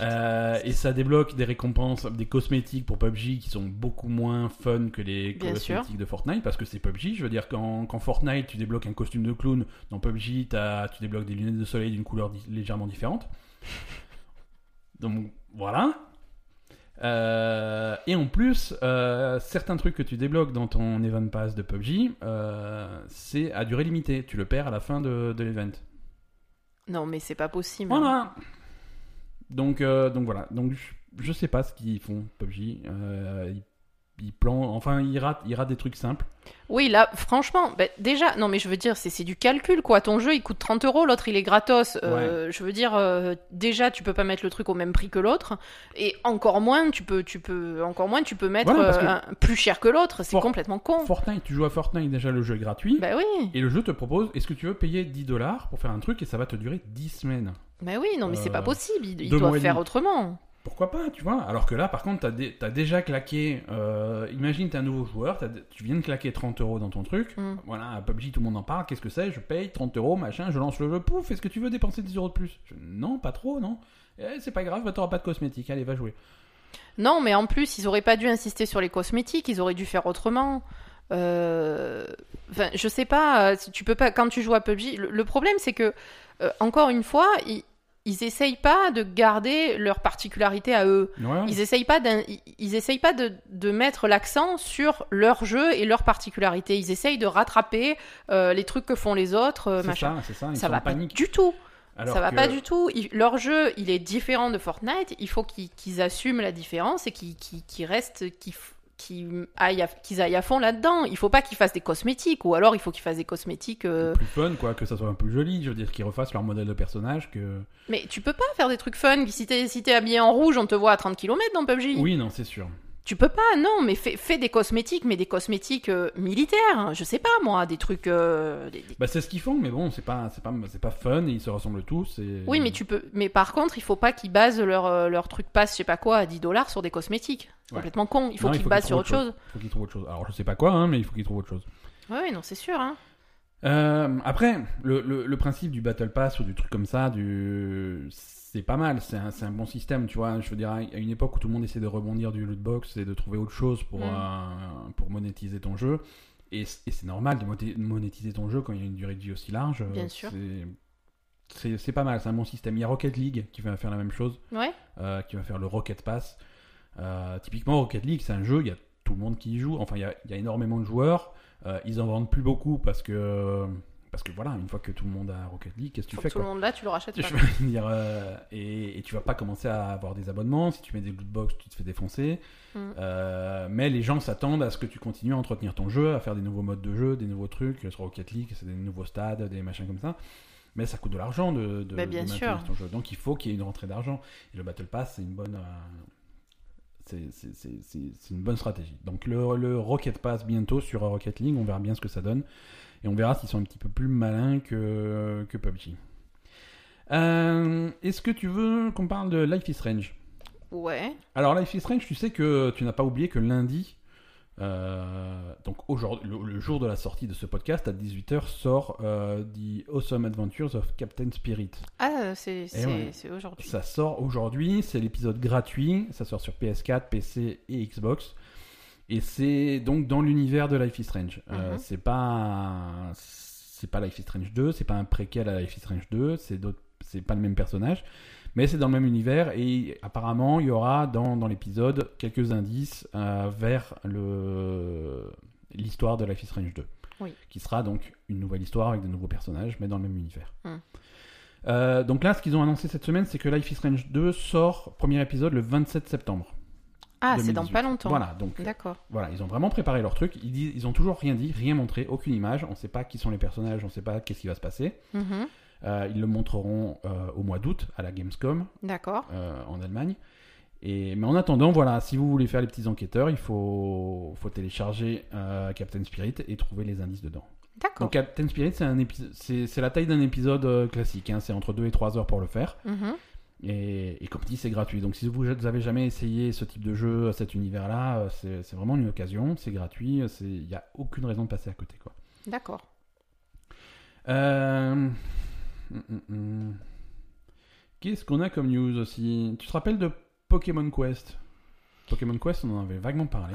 Euh, et ça débloque des récompenses, des cosmétiques pour PUBG qui sont beaucoup moins fun que les Bien sûr. cosmétiques de Fortnite, parce que c'est PUBG. Je veux dire, quand, quand Fortnite, tu débloques un costume de clown, dans PUBG, t'as- tu débloques des lunettes de soleil d'une couleur di- légèrement différente. Donc voilà. Euh, et en plus, euh, certains trucs que tu débloques dans ton event pass de PUBG, euh, c'est à durée limitée. Tu le perds à la fin de, de l'event. non mais c'est pas possible. Voilà. Donc, euh, donc voilà. Donc je, je sais pas ce qu'ils font PUBG. Euh, ils, ils plan, enfin ils ratent, ils ratent des trucs simples. Oui là, franchement, bah, déjà, non mais je veux dire, c'est c'est du calcul quoi. Ton jeu il coûte 30 euros, l'autre il est gratos. Euh, Je veux dire, euh, déjà tu peux pas mettre le truc au même prix que l'autre, et encore moins tu peux, tu peux, encore moins tu peux mettre Voilà, parce euh, un- plus cher que l'autre. C'est For- complètement con. Fortnite, tu joues à Fortnite déjà, le jeu est gratuit. Bah oui, Et le jeu te propose, est-ce que tu veux payer 10 dollars pour faire un truc et ça va te durer 10 semaines bah oui, non mais c'est Euh, pas possible. Ils, ils deux mois doivent et faire demi. autrement. Pourquoi pas, tu vois Alors que là, par contre, t'as dé- t'as déjà claqué. euh, imagine, t'es un nouveau joueur, t'as dé- tu viens de claquer 30 euros dans ton truc. Mm. Voilà, à PUBG, tout le monde en parle. Qu'est-ce que c'est Je paye 30 euros, machin, je lance le jeu. Pouf, est-ce que tu veux dépenser 10 euros de plus Je- Non, pas trop, non. Eh, c'est pas grave, bah, t'auras pas de cosmétiques. Allez, va jouer. Non, mais en plus, ils auraient pas dû insister sur les cosmétiques, ils auraient dû faire autrement. Euh, Enfin, je sais pas, euh, tu peux pas quand tu joues à PUBG. Le, le problème, c'est que euh, encore une fois, ils, ils essayent pas de garder leur particularité à eux. Ouais, ouais. Ils essayent pas, d'in- ils- ils essayent pas de, de mettre l'accent sur leur jeu et leur particularité. Ils essayent de rattraper euh, les trucs que font les autres, euh, c'est machin. ça, c'est ça. Ils ça sont va en panique. pas du tout. Alors ça va que- pas du tout. Il- leur jeu, il est différent de Fortnite. Il faut qu'ils qu'ils assument la différence et qu'ils qu'ils- qu'ils restent, qu'ils f- qu'ils aillent, à- qu'ils aillent à fond là-dedans. Il faut pas qu'ils fassent des cosmétiques, ou alors il faut qu'ils fassent des cosmétiques. euh, Plus fun, quoi, que ça soit un peu joli. Je veux dire, qu'ils refassent leur modèle de personnage. que... Mais tu peux pas faire des trucs fun. Si t'es si t'es habillé en rouge, on te voit à 30 km dans PUBG. Oui, non, c'est sûr. Tu peux pas, non, mais fais, fais des cosmétiques, mais des cosmétiques euh, militaires. hein. Je sais pas, moi, des trucs. euh, des- des- Bah, c'est ce qu'ils font, mais bon, c'est pas, c'est pas, c'est pas fun. et Ils se ressemblent tous. Et... Oui, mais tu peux. Mais par contre, il faut pas qu'ils basent leur, euh, leur truc passe, je sais pas quoi, à 10 dollars sur des cosmétiques. C'est Ouais. complètement con. Il faut Non, qu'ils basent sur autre trouvent chose. Il faut qu'ils trouvent autre chose. Alors, je sais pas quoi, hein, mais il faut qu'ils trouvent autre chose. Ouais, ouais, non, c'est sûr. Hein. Euh, après, le, le- le principe du Battle Pass ou du truc comme ça, du... c'est pas mal, c'est un, c'est un bon système, tu vois. Je veux dire, à une époque où tout le monde essaie de rebondir du lootbox et de trouver autre chose pour, Mm. euh, pour monétiser ton jeu, et, c- et c'est normal de moté- monétiser ton jeu quand il y a une durée de vie aussi large. Bien euh, sûr. c'est- C'est c'est pas mal, c'est un bon système. Il y a Rocket League qui va faire la même chose, Ouais. euh, qui va faire le Rocket Pass. Euh, typiquement, Rocket League, c'est un jeu, il y a tout le monde qui y joue, enfin, il y a, il y a énormément de joueurs. Euh, ils en vendent plus beaucoup parce que, parce que voilà, une fois que tout le monde a Rocket League, qu'est-ce que tu Faut fais que tout le quoi monde là, tu le rachètes Je pas. veux dire, euh, et, et tu vas pas commencer à avoir des abonnements. Si tu mets des lootbox, tu te fais défoncer. Mm. Euh, mais les gens s'attendent à ce que tu continues à entretenir ton jeu, à faire des nouveaux modes de jeu, des nouveaux trucs. Sur Rocket League, c'est des nouveaux stades, des machins comme ça. Mais ça coûte de l'argent de, de, Bah, bien de maintenir sûr. ton jeu. Donc il faut qu'il y ait une rentrée d'argent. Et le Battle Pass, c'est une bonne. euh, c'est- c'est- c'est c'est- c'est une bonne stratégie. Donc le, le Rocket Pass bientôt sur Rocket League, on verra bien ce que ça donne. Et on verra s'ils sont un petit peu plus malins que, que PUBG. Euh, Est-ce que tu veux qu'on parle de Life is Strange Ouais. alors, Life is Strange, tu sais que tu n'as pas oublié que lundi, euh, donc aujourd'hui, le, le jour de la sortie de ce podcast, à 18h, sort euh, The Awesome Adventures of Captain Spirit. Ah, c'est c'est- Eh ouais. c'est aujourd'hui. Ça sort aujourd'hui, c'est l'épisode gratuit, ça sort sur PS4, PC et Xbox. Et c'est donc dans l'univers de Life is Strange. Euh, Mhm. C'est pas c'est pas Life is Strange 2, c'est pas un préquel à Life is Strange 2, c'est d'autres c'est pas le même personnage, mais c'est dans le même univers et apparemment il y aura dans, dans l'épisode quelques indices euh, vers le l'histoire de Life is Strange 2. Oui. Qui sera donc une nouvelle histoire avec de nouveaux personnages mais dans le même univers. Mm. Euh, donc là, ce qu'ils ont annoncé cette semaine, c'est que Life is Strange 2 sort, premier épisode, le 27 septembre. Ah, c'est dans 2018. pas longtemps. Voilà, donc D'accord. voilà, ils ont vraiment préparé leur truc. Ils, disent, ils ont toujours rien dit, rien montré, aucune image. On ne sait pas qui sont les personnages, on ne sait pas qu'est-ce qui va se passer. Mhm. Euh, ils le montreront euh, au mois d'août à la Gamescom D'accord. euh, en Allemagne. Et, mais en attendant, voilà, si vous voulez faire les petits enquêteurs, il faut, faut télécharger euh, Captain Spirit et trouver les indices dedans. D'accord. Donc Captain Spirit, c'est un épiso- c'est c'est la taille d'un épisode euh, classique. hein. c'est entre 2 et 3 heures pour le faire. Mhm. Et, et comme dit, c'est gratuit. Donc si vous n'avez jamais essayé ce type de jeu, cet univers-là, euh, c'est c'est vraiment une occasion, c'est gratuit, Euh, c'est- il n'y a aucune raison de passer à côté. Quoi. D'accord. Euh, hum, hum, hum. Qu'est-ce qu'on a comme news aussi Tu te rappelles de Pokémon Quest Pokémon Quest, on en avait vaguement parlé.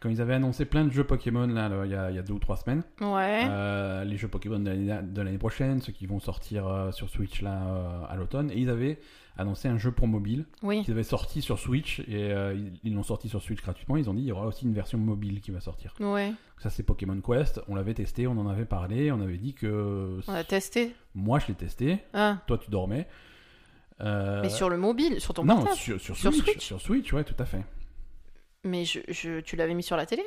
Quand ils avaient annoncé plein de jeux Pokémon là, là, il y, a- il y a deux ou trois semaines, Ouais. Euh, les jeux Pokémon de l'année- de l'année prochaine, ceux qui vont sortir euh, sur Switch là euh, à l'automne, et ils avaient annoncé un jeu pour mobile Oui. qu'ils avaient sorti sur Switch et euh, ils- ils l'ont sorti sur Switch gratuitement. Ils ont dit il y aura aussi une version mobile qui va sortir. Ouais. Ça c'est Pokémon Quest. On l'avait testé, on en avait parlé, on avait dit que On a testé. moi je l'ai testé, Ah. toi tu dormais. Euh, Mais sur le mobile, sur ton non portable. sur, sur Sur Switch, Switch. sur Switch, ouais tout à fait. Mais je, je- tu l'avais mis sur la télé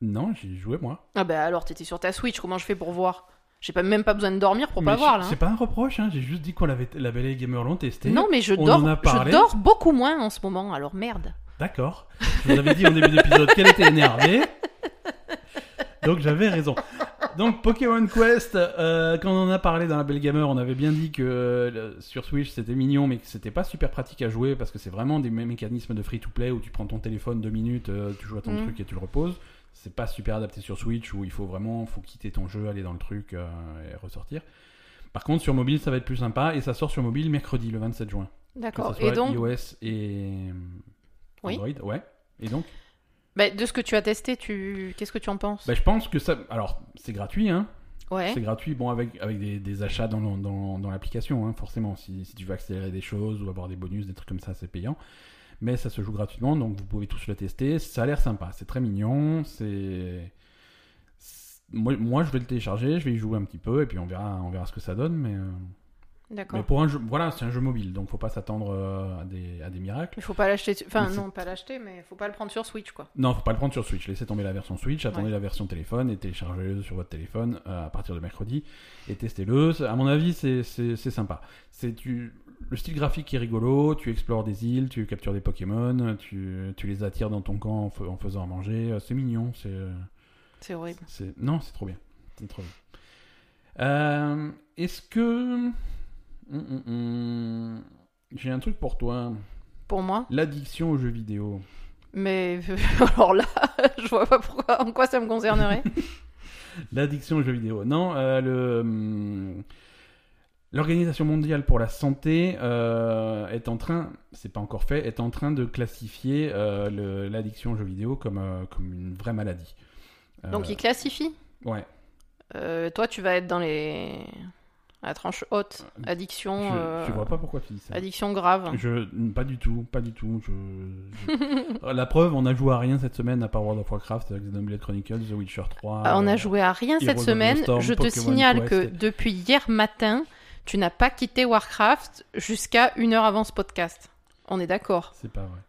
Non j'y jouais moi. Ah bah alors, t'étais sur ta Switch, comment je fais pour voir J'ai pas, même pas besoin de dormir pour Mais pas voir c'est- là. hein. C'est pas un reproche, hein, j'ai juste dit qu'on l'avait, la Belle et Gamer l'ont testé. Non, mais je on dors, en a parlé. je dors beaucoup moins en ce moment, alors merde. D'accord. Je vous avais dit en début d'épisode qu'elle était énervée. Donc j'avais raison. Donc Pokémon Quest, euh, quand on en a parlé dans la Belle Gamer, on avait bien dit que euh, le- sur Switch c'était mignon, mais que c'était pas super pratique à jouer parce que c'est vraiment des mé- mécanismes de free-to-play où tu prends ton téléphone deux minutes, euh, tu joues à ton Mm. truc et tu le reposes. C'est pas super adapté sur Switch où il faut vraiment faut quitter ton jeu, aller dans le truc euh, et ressortir. Par contre sur mobile ça va être plus sympa et ça sort sur mobile mercredi le 27 juin. Que D'accord. ce soit Oh, Et donc, iOS et Oui. Android, ouais. Et donc, bah, de ce que tu as testé, tu qu'est-ce que tu en penses bah, je pense que ça. Alors, c'est gratuit, hein. Ouais. C'est gratuit, bon, avec, avec des, des achats dans, le- dans, dans l'application, hein, forcément. Si, si tu veux accélérer des choses ou avoir des bonus, des trucs comme ça, c'est payant. Mais ça se joue gratuitement, donc vous pouvez tous le tester. Ça a l'air sympa, c'est très mignon, c'est. c'est- Moi, moi, je vais le télécharger, je vais y jouer un petit peu, et puis on verra, on verra ce que ça donne. Mais, euh, mais D'accord. pour un jeu, voilà, c'est un jeu mobile, donc faut pas s'attendre euh, à, des, à des miracles. Il faut pas l'acheter. su- Enfin, Mais non, pas l'acheter, mais faut pas le prendre sur Switch, quoi. Non, faut pas le prendre sur Switch. Laissez tomber la version Switch, attendez la version téléphone et téléchargez-le sur votre téléphone euh, à partir de mercredi et testez-le. C'est- À mon avis, c'est- c'est c'est sympa. C'est tu le style graphique est rigolo. Tu explores des îles, tu captures des Pokémon, tu, tu les attires dans ton camp en, fa- en faisant à manger. Euh, C'est mignon. C'est C'est horrible. c'est- non, c'est trop bien. C'est trop bien. Euh, Est-ce que Hum, hum, hum. j'ai un truc pour toi Pour moi. L'addiction aux jeux vidéo. Mais alors là, je vois pas pourquoi, en quoi ça me concernerait. Euh, L'addiction aux jeux vidéo. Non, euh, le. hum, L'Organisation mondiale pour la santé euh, est en train, c'est pas encore fait, est en train de classifier euh, le- l'addiction aux jeux vidéo comme, euh, comme une vraie maladie. Euh, Donc il classifie. Ouais, Euh, toi, tu vas être dans les la tranche haute, je, addiction, euh, hein. je vois pas pourquoi tu dis ça. addiction grave. Je, pas du tout, pas du tout. Je, je- la preuve, on a joué à rien cette semaine à part World of Warcraft, Xenoblade Chronicles, The Witcher 3. Ah, on euh, a joué à rien Heroes cette of the semaine. Storm, je te Pokémon signale Quest. que depuis hier matin, tu n'as pas quitté Warcraft jusqu'à une heure avant ce podcast. On est d'accord. C'est pas vrai.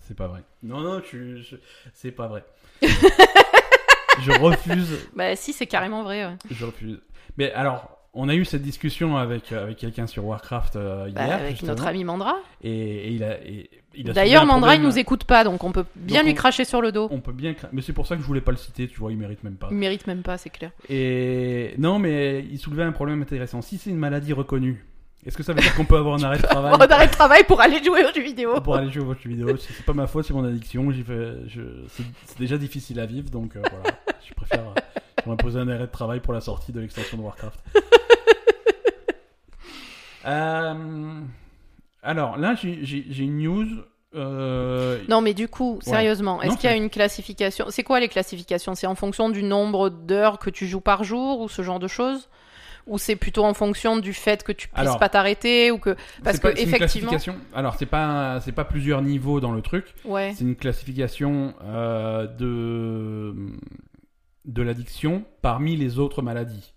C'est pas vrai. Non, non, je, je- c'est pas vrai. je refuse Bah si, c'est carrément vrai. ouais. Je refuse. Mais alors, On a eu cette discussion avec, euh, avec quelqu'un sur Warcraft euh, Bah, hier. avec justement, notre ami Mandra. Et, et il a. et il a D'ailleurs, soulevé un Mandra, il problème. nous écoute pas, donc on peut bien Donc lui on- cracher sur le dos. On peut bien. cra- Mais c'est pour ça que je voulais pas le citer, tu vois, il mérite même pas. Il mérite même pas, c'est clair. Et non, mais il soulevait un problème intéressant. Si c'est une maladie reconnue, est-ce que ça veut dire qu'on peut avoir un arrêt de travail On arrête le travail pour aller jouer aux jeux vidéo. pour aller jouer aux jeux vidéo C'est c'est pas ma faute, c'est mon addiction. J'y fais- je- C'est c'est déjà difficile à vivre, donc euh, voilà. Je préfère euh, m'imposer un arrêt de travail pour la sortie de l'extension de Warcraft. Euh, Alors là, j'ai- j'ai j'ai une news. euh, Non, mais du coup, sérieusement, est-ce Non, qu'il y a c'est- une classification C'est quoi les classifications C'est en fonction du nombre d'heures que tu joues par jour ou ce genre de choses Ou c'est plutôt en fonction du fait que tu puisses Alors, pas t'arrêter ou que parce c'est pas- que c'est une effectivement, classification. Alors c'est pas c'est pas plusieurs niveaux dans le truc. ouais, C'est une classification euh, de, de l'addiction parmi les autres maladies.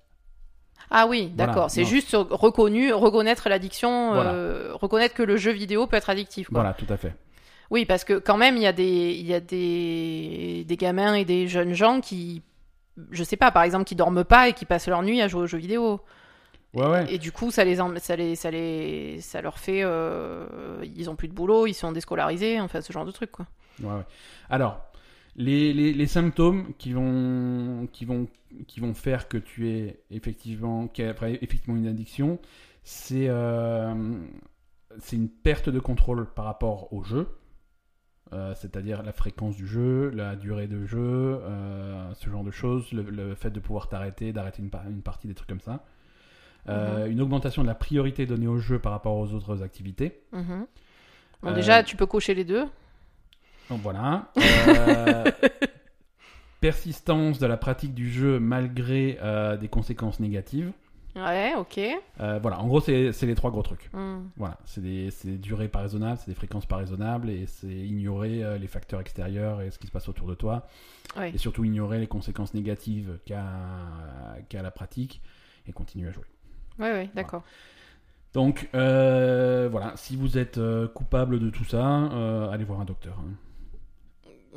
ah oui, Voilà, d'accord, c'est non. juste reconnu, reconnaître l'addiction, Voilà. euh, reconnaître que le jeu vidéo peut être addictif. Quoi. Voilà, tout à fait. Oui, parce que quand même, il y a des, il y a des, des gamins et des jeunes gens qui, je sais pas, par exemple, qui dorment pas et qui passent leur nuit à jouer aux jeux vidéo. Ouais, ouais. Et du coup, ça les, em- ça les, ça les, ça leur fait, euh, ils ont plus de boulot, ils sont déscolarisés, enfin ce genre de truc quoi. ouais, ouais. Alors, les, les- les symptômes qui vont, qui, vont, qui vont faire que tu es effectivement, qu'il y a enfin, effectivement une addiction, c'est euh, c'est une perte de contrôle par rapport au jeu. Euh, c'est-à-dire la fréquence du jeu, la durée de jeu, euh, ce genre de choses, le, le fait de pouvoir t'arrêter, d'arrêter une, par- une partie, des trucs comme ça. Euh, Une augmentation de la priorité donnée au jeu par rapport aux autres activités. Mhm. Bon, Euh, déjà, tu peux cocher les deux. Donc voilà. Euh, persistance de la pratique du jeu malgré euh, des conséquences négatives. Ouais, ok. Euh, voilà, en gros, c'est c'est les trois gros trucs. Hmm. Voilà, c'est des, c'est des durées pas raisonnables, c'est des fréquences pas raisonnables, et c'est ignorer euh, les facteurs extérieurs et ce qui se passe autour de toi, Ouais. et surtout ignorer les conséquences négatives qu'a qu'a la pratique, et continuer à jouer. Ouais, ouais, d'accord. Donc euh, voilà, si vous êtes euh, coupable de tout ça, euh, allez voir un docteur, hein.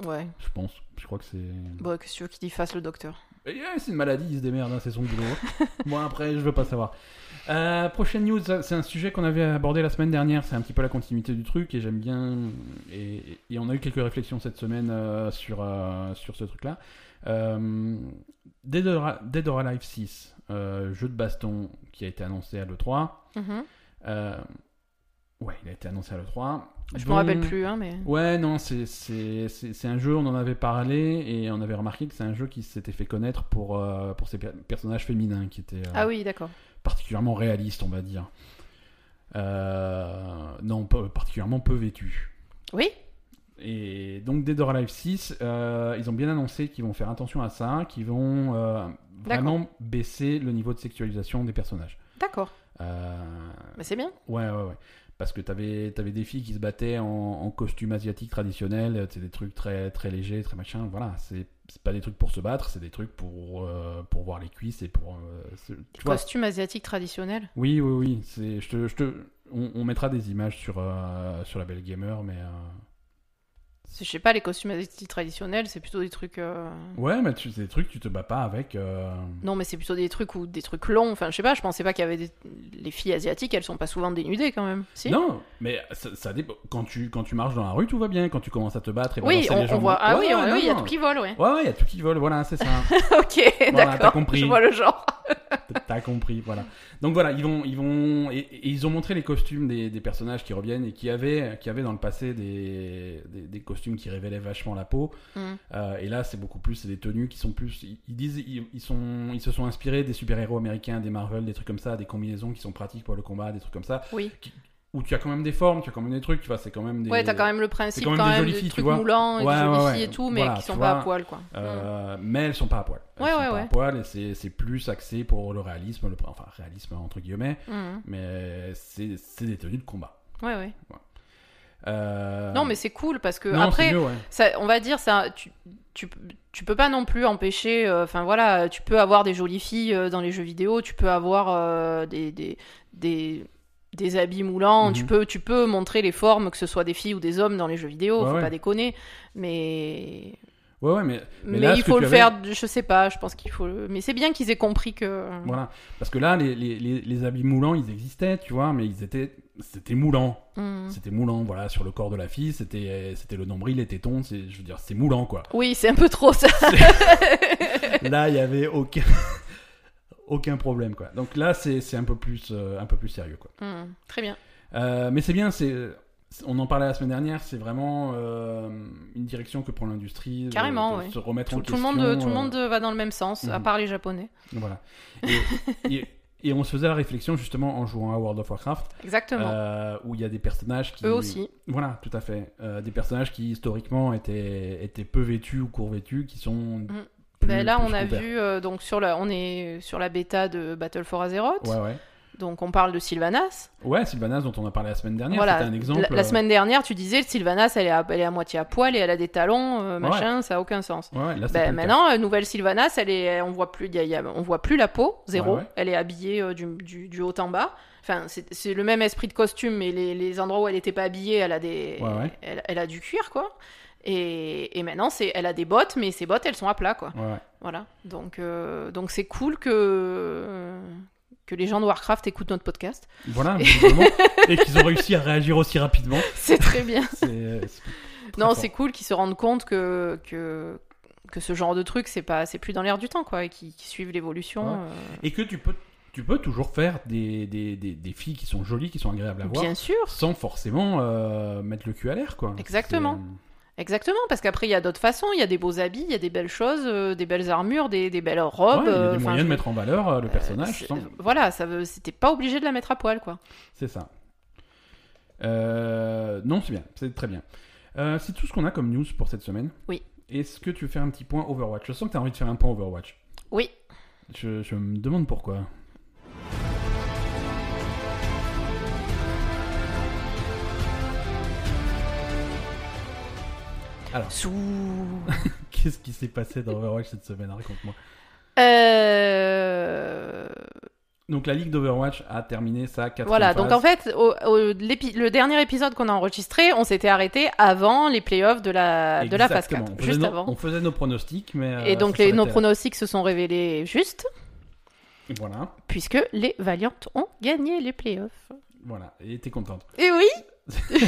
Ouais. je pense. Je crois que c'est... Bon, qu'est-ce que tu veux qu'il y fasse le docteur Eh, eh, c'est une maladie, il se démerde, hein, c'est son boulot. Moi après, je veux pas savoir. Euh, prochaine news, ça, c'est un sujet qu'on avait abordé la semaine dernière, c'est un petit peu la continuité du truc et j'aime bien. Et, et on a eu quelques réflexions cette semaine euh, sur, euh, sur ce truc-là. Euh, Dead, or, Dead or Alive 6, euh, jeu de baston qui a été annoncé à l'E3. Mhm. Euh, ouais, il a été annoncé à l'E3. Je Bon, m'en rappelle plus, hein, mais. Ouais, non, c'est- c'est c'est- c'est un jeu, on en avait parlé et on avait remarqué que c'est un jeu qui s'était fait connaître pour, euh, pour ses per- personnages féminins qui étaient euh, Ah oui, d'accord. particulièrement réalistes, on va dire. Euh, non, pas- particulièrement peu vêtus. Oui. Et donc, Dead or Alive 6, euh, ils ont bien annoncé qu'ils vont faire attention à ça, qu'ils vont euh, vraiment baisser le niveau de sexualisation des personnages. D'accord. Euh, Bah, c'est bien. Ouais, ouais, ouais. Parce que t'avais avais des filles qui se battaient en, en costume asiatique traditionnel, euh, c'est des trucs très, très légers, très machin. Voilà, c'est c'est pas des trucs pour se battre, c'est des trucs pour, euh, pour voir les cuisses et pour. euh, se- tu vois Costume asiatique traditionnel. Oui, oui, oui. c'est- Je te, je te, on, on mettra des images sur, euh, sur la belle gamer, mais. euh, Je sais pas, les costumes asiatiques traditionnels, c'est plutôt des trucs. euh, Ouais, mais tu- c'est des trucs, tu te bats pas avec. euh, Non, mais c'est plutôt des trucs ou des trucs longs. Enfin, je sais pas, je pensais pas qu'il y avait des... les filles asiatiques, elles sont pas souvent dénudées quand même. Si Non, mais ça, ça dépend. Quand tu, quand tu marches dans la rue, tout va bien. Quand tu commences à te battre et Oui, balancer les on, on jambes- voit. Ah Ouais, oui, on- ouais, oui, il y a non, tout qui vole, ouais. non. Ouais, ouais, il y a tout qui vole, voilà, c'est ça. ok, Voilà, t'as d'accord. compris. Je vois le genre. T'as compris, voilà. Donc voilà, ils vont, ils vont, et, et ils ont montré les costumes des, des personnages qui reviennent et qui avaient, qui avaient dans le passé des, des, des costumes qui révélaient vachement la peau. Mm. Euh, et là, c'est beaucoup plus, c'est des tenues qui sont plus. Ils, ils disent, ils, ils sont, ils se sont inspirés des super-héros américains, des Marvel, des trucs comme ça, des combinaisons qui sont pratiques pour le combat, des trucs comme ça. Oui. Où tu as quand même des formes, tu as quand même des trucs, tu vois, c'est quand même des. Ouais, t'as quand même le principe quand même quand même, des jolies de filles, tu trucs vois. moulants et Ouais, des jolies ouais, filles et ouais. tout, mais Voilà, qui tu sont vois. pas à poil, quoi. Euh, mais elles sont pas à poil. Elles Ouais, sont ouais, pas à ouais. poil et c'est c'est plus axé pour le réalisme, le, enfin réalisme entre guillemets, Mm. Mm. mais c'est c'est des tenues de combat. Ouais, ouais. Euh, Non, mais c'est cool parce que non, après, c'est mieux, ouais. ça, on va dire ça tu, tu, tu peux pas non plus empêcher euh, enfin voilà tu peux avoir des jolies filles euh, dans les jeux vidéo tu peux avoir euh, des, des, des des habits moulants Mhm. tu peux tu peux montrer les formes que ce soit des filles ou des hommes dans les jeux vidéo Ouais, faut ouais. pas déconner mais Ouais, ouais, mais, Mais, là, ce il que faut tu le avais- faire, je sais pas, je pense qu'il faut. le- Mais c'est bien qu'ils aient compris que. Voilà. Parce que là, les, les, les, les habits moulants, ils existaient, tu vois, mais ils étaient. C'était moulant. Hmm. C'était moulant, voilà, sur le corps de la fille, c'était c'était le nombril, les tétons, c'est- je veux dire, c'est moulant, quoi. Oui, c'est un peu trop ça. là, il y avait aucun. Aucun problème quoi. Donc là c'est c'est un peu plus euh, un peu plus sérieux quoi. Hmm. Très bien. Euh, mais c'est bien c'est on en parlait la semaine dernière c'est vraiment euh, une direction que prend l'industrie de- Carrément, de ouais. se remettre Tout, en tout le question. monde, tout le euh, monde va dans le même sens, à mhm. part les Japonais. Voilà. Et, et- et on se faisait la réflexion justement en jouant à World of Warcraft, Exactement. euh, où il y a des personnages qui. Eux aussi. Voilà, tout à fait. Euh, des personnages qui historiquement étaient, étaient peu vêtus ou court vêtus, qui sont. plus- Ben là, plus on a couverts. vu euh, donc sur la, on est sur la bêta de Battle for Azeroth. Ouais, ouais. Donc on parle de Sylvanas. Ouais, Sylvanas, dont on a parlé la semaine dernière, voilà. c'était un exemple. euh, la, la semaine dernière, tu disais Sylvanas, elle est, à, elle est à moitié à poil et elle a des talons, euh, machin, ça a aucun sens. Ouais, ouais, là, c'était Ben, le cas. maintenant, euh, nouvelle Sylvanas, elle est, on voit plus, il y a- il y a- on voit plus la peau, zéro. Ouais, ouais. Elle est habillée euh, du, du- du haut en bas. Enfin, c'est c'est le même esprit de costume, mais les, les endroits où elle n'était pas habillée, elle a des, Ouais, ouais. Elle, elle a du cuir, quoi. Et, et maintenant, c'est, elle a des bottes, mais ses bottes, elles sont à plat, quoi. Ouais, ouais. Voilà. Donc, euh, donc c'est cool que que les gens de Warcraft écoutent notre podcast. Voilà, visiblement. et qu'ils ont réussi à réagir aussi rapidement. C'est très bien. C'est. c'est très non, fort. c'est cool qu'ils se rendent compte que que que ce genre de truc, c'est pas, c'est plus dans l'air du temps, quoi, et qu'ils qu'ils suivent l'évolution. Ouais. euh, Et que tu peux, tu peux toujours faire des, des, des, des filles qui sont jolies, qui sont agréables à voir. Bien sûr, sans forcément euh, mettre le cul à l'air, quoi. Exactement. C'est- exactement, parce qu'après il y a d'autres façons, il y a des beaux habits, il y a des belles choses, euh, des belles armures, des, des belles Ouais, robes. il y a euh, des enfin, moyens je- de mettre en valeur euh, le personnage. c'est- sans- Voilà, ça veut, c'était pas obligé de la mettre à poil, quoi. C'est ça. Euh, Non, c'est bien, c'est très bien. Euh, c'est tout ce qu'on a comme news pour cette semaine. Oui. Est-ce que tu veux faire un petit point Overwatch Je sens que tu as envie de faire un point Overwatch. Oui, Je, je me demande pourquoi. sous. Qu'est-ce qui s'est passé dans Overwatch cette semaine Raconte-moi. euh... Donc la ligue d'Overwatch a terminé sa quatrième Voilà, phase. donc en fait, au- au- l'épi- le dernier épisode qu'on a enregistré, on s'était arrêté avant les playoffs de la, de la phase Exactement. 4, On faisait juste nos- avant. On faisait nos pronostics, mais... euh, Et donc ça les, nos s'arrêtait là. pronostics se sont révélés justes, Voilà, puisque les Valiant ont gagné les playoffs. voilà. Et t'es contente. Et oui